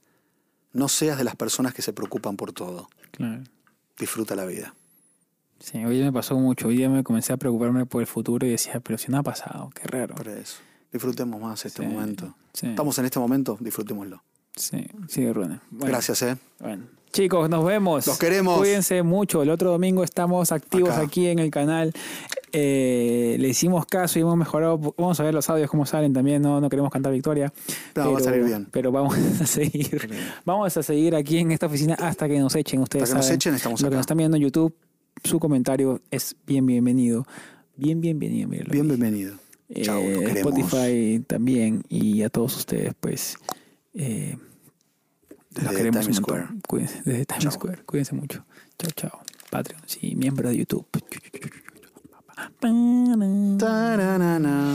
no seas de las personas que se preocupan por todo.
Claro.
Disfruta la vida.
Sí, hoy día me pasó mucho. Hoy día me comencé a preocuparme por el futuro y decía, pero si no ha pasado, qué raro.
Por eso. Disfrutemos más este
Sí,
momento.
Sí,
Estamos en este momento, disfrutémoslo.
sí, sí, Rune. Bueno,
Gracias, ¿eh?
bueno. Chicos, nos vemos.
Los queremos.
Cuídense mucho. El otro domingo estamos activos
Acá.
aquí en el canal. Eh, le hicimos caso y hemos mejorado. Vamos a ver los audios cómo salen también. No, no queremos cantar victoria.
No, va a salir bien.
Pero vamos a seguir. Vamos a seguir aquí en esta oficina hasta que nos echen. Ustedes
Hasta que nos
saben.
echen, estamos
Lo que
acá.
nos están viendo en YouTube, su comentario es bien bienvenido. Bien, bien, bien, bien. bien.
Bien, bienvenido.
Eh,
Chau, los queremos.
Spotify también y a todos ustedes, pues. eh,
Desde Times
un montón.
Square.
Cuídense, desde Times
Chau.
Square. Cuídense mucho. Chao, chao. Patreon, sí, miembro de YouTube.
Ta-ra-ra-ra.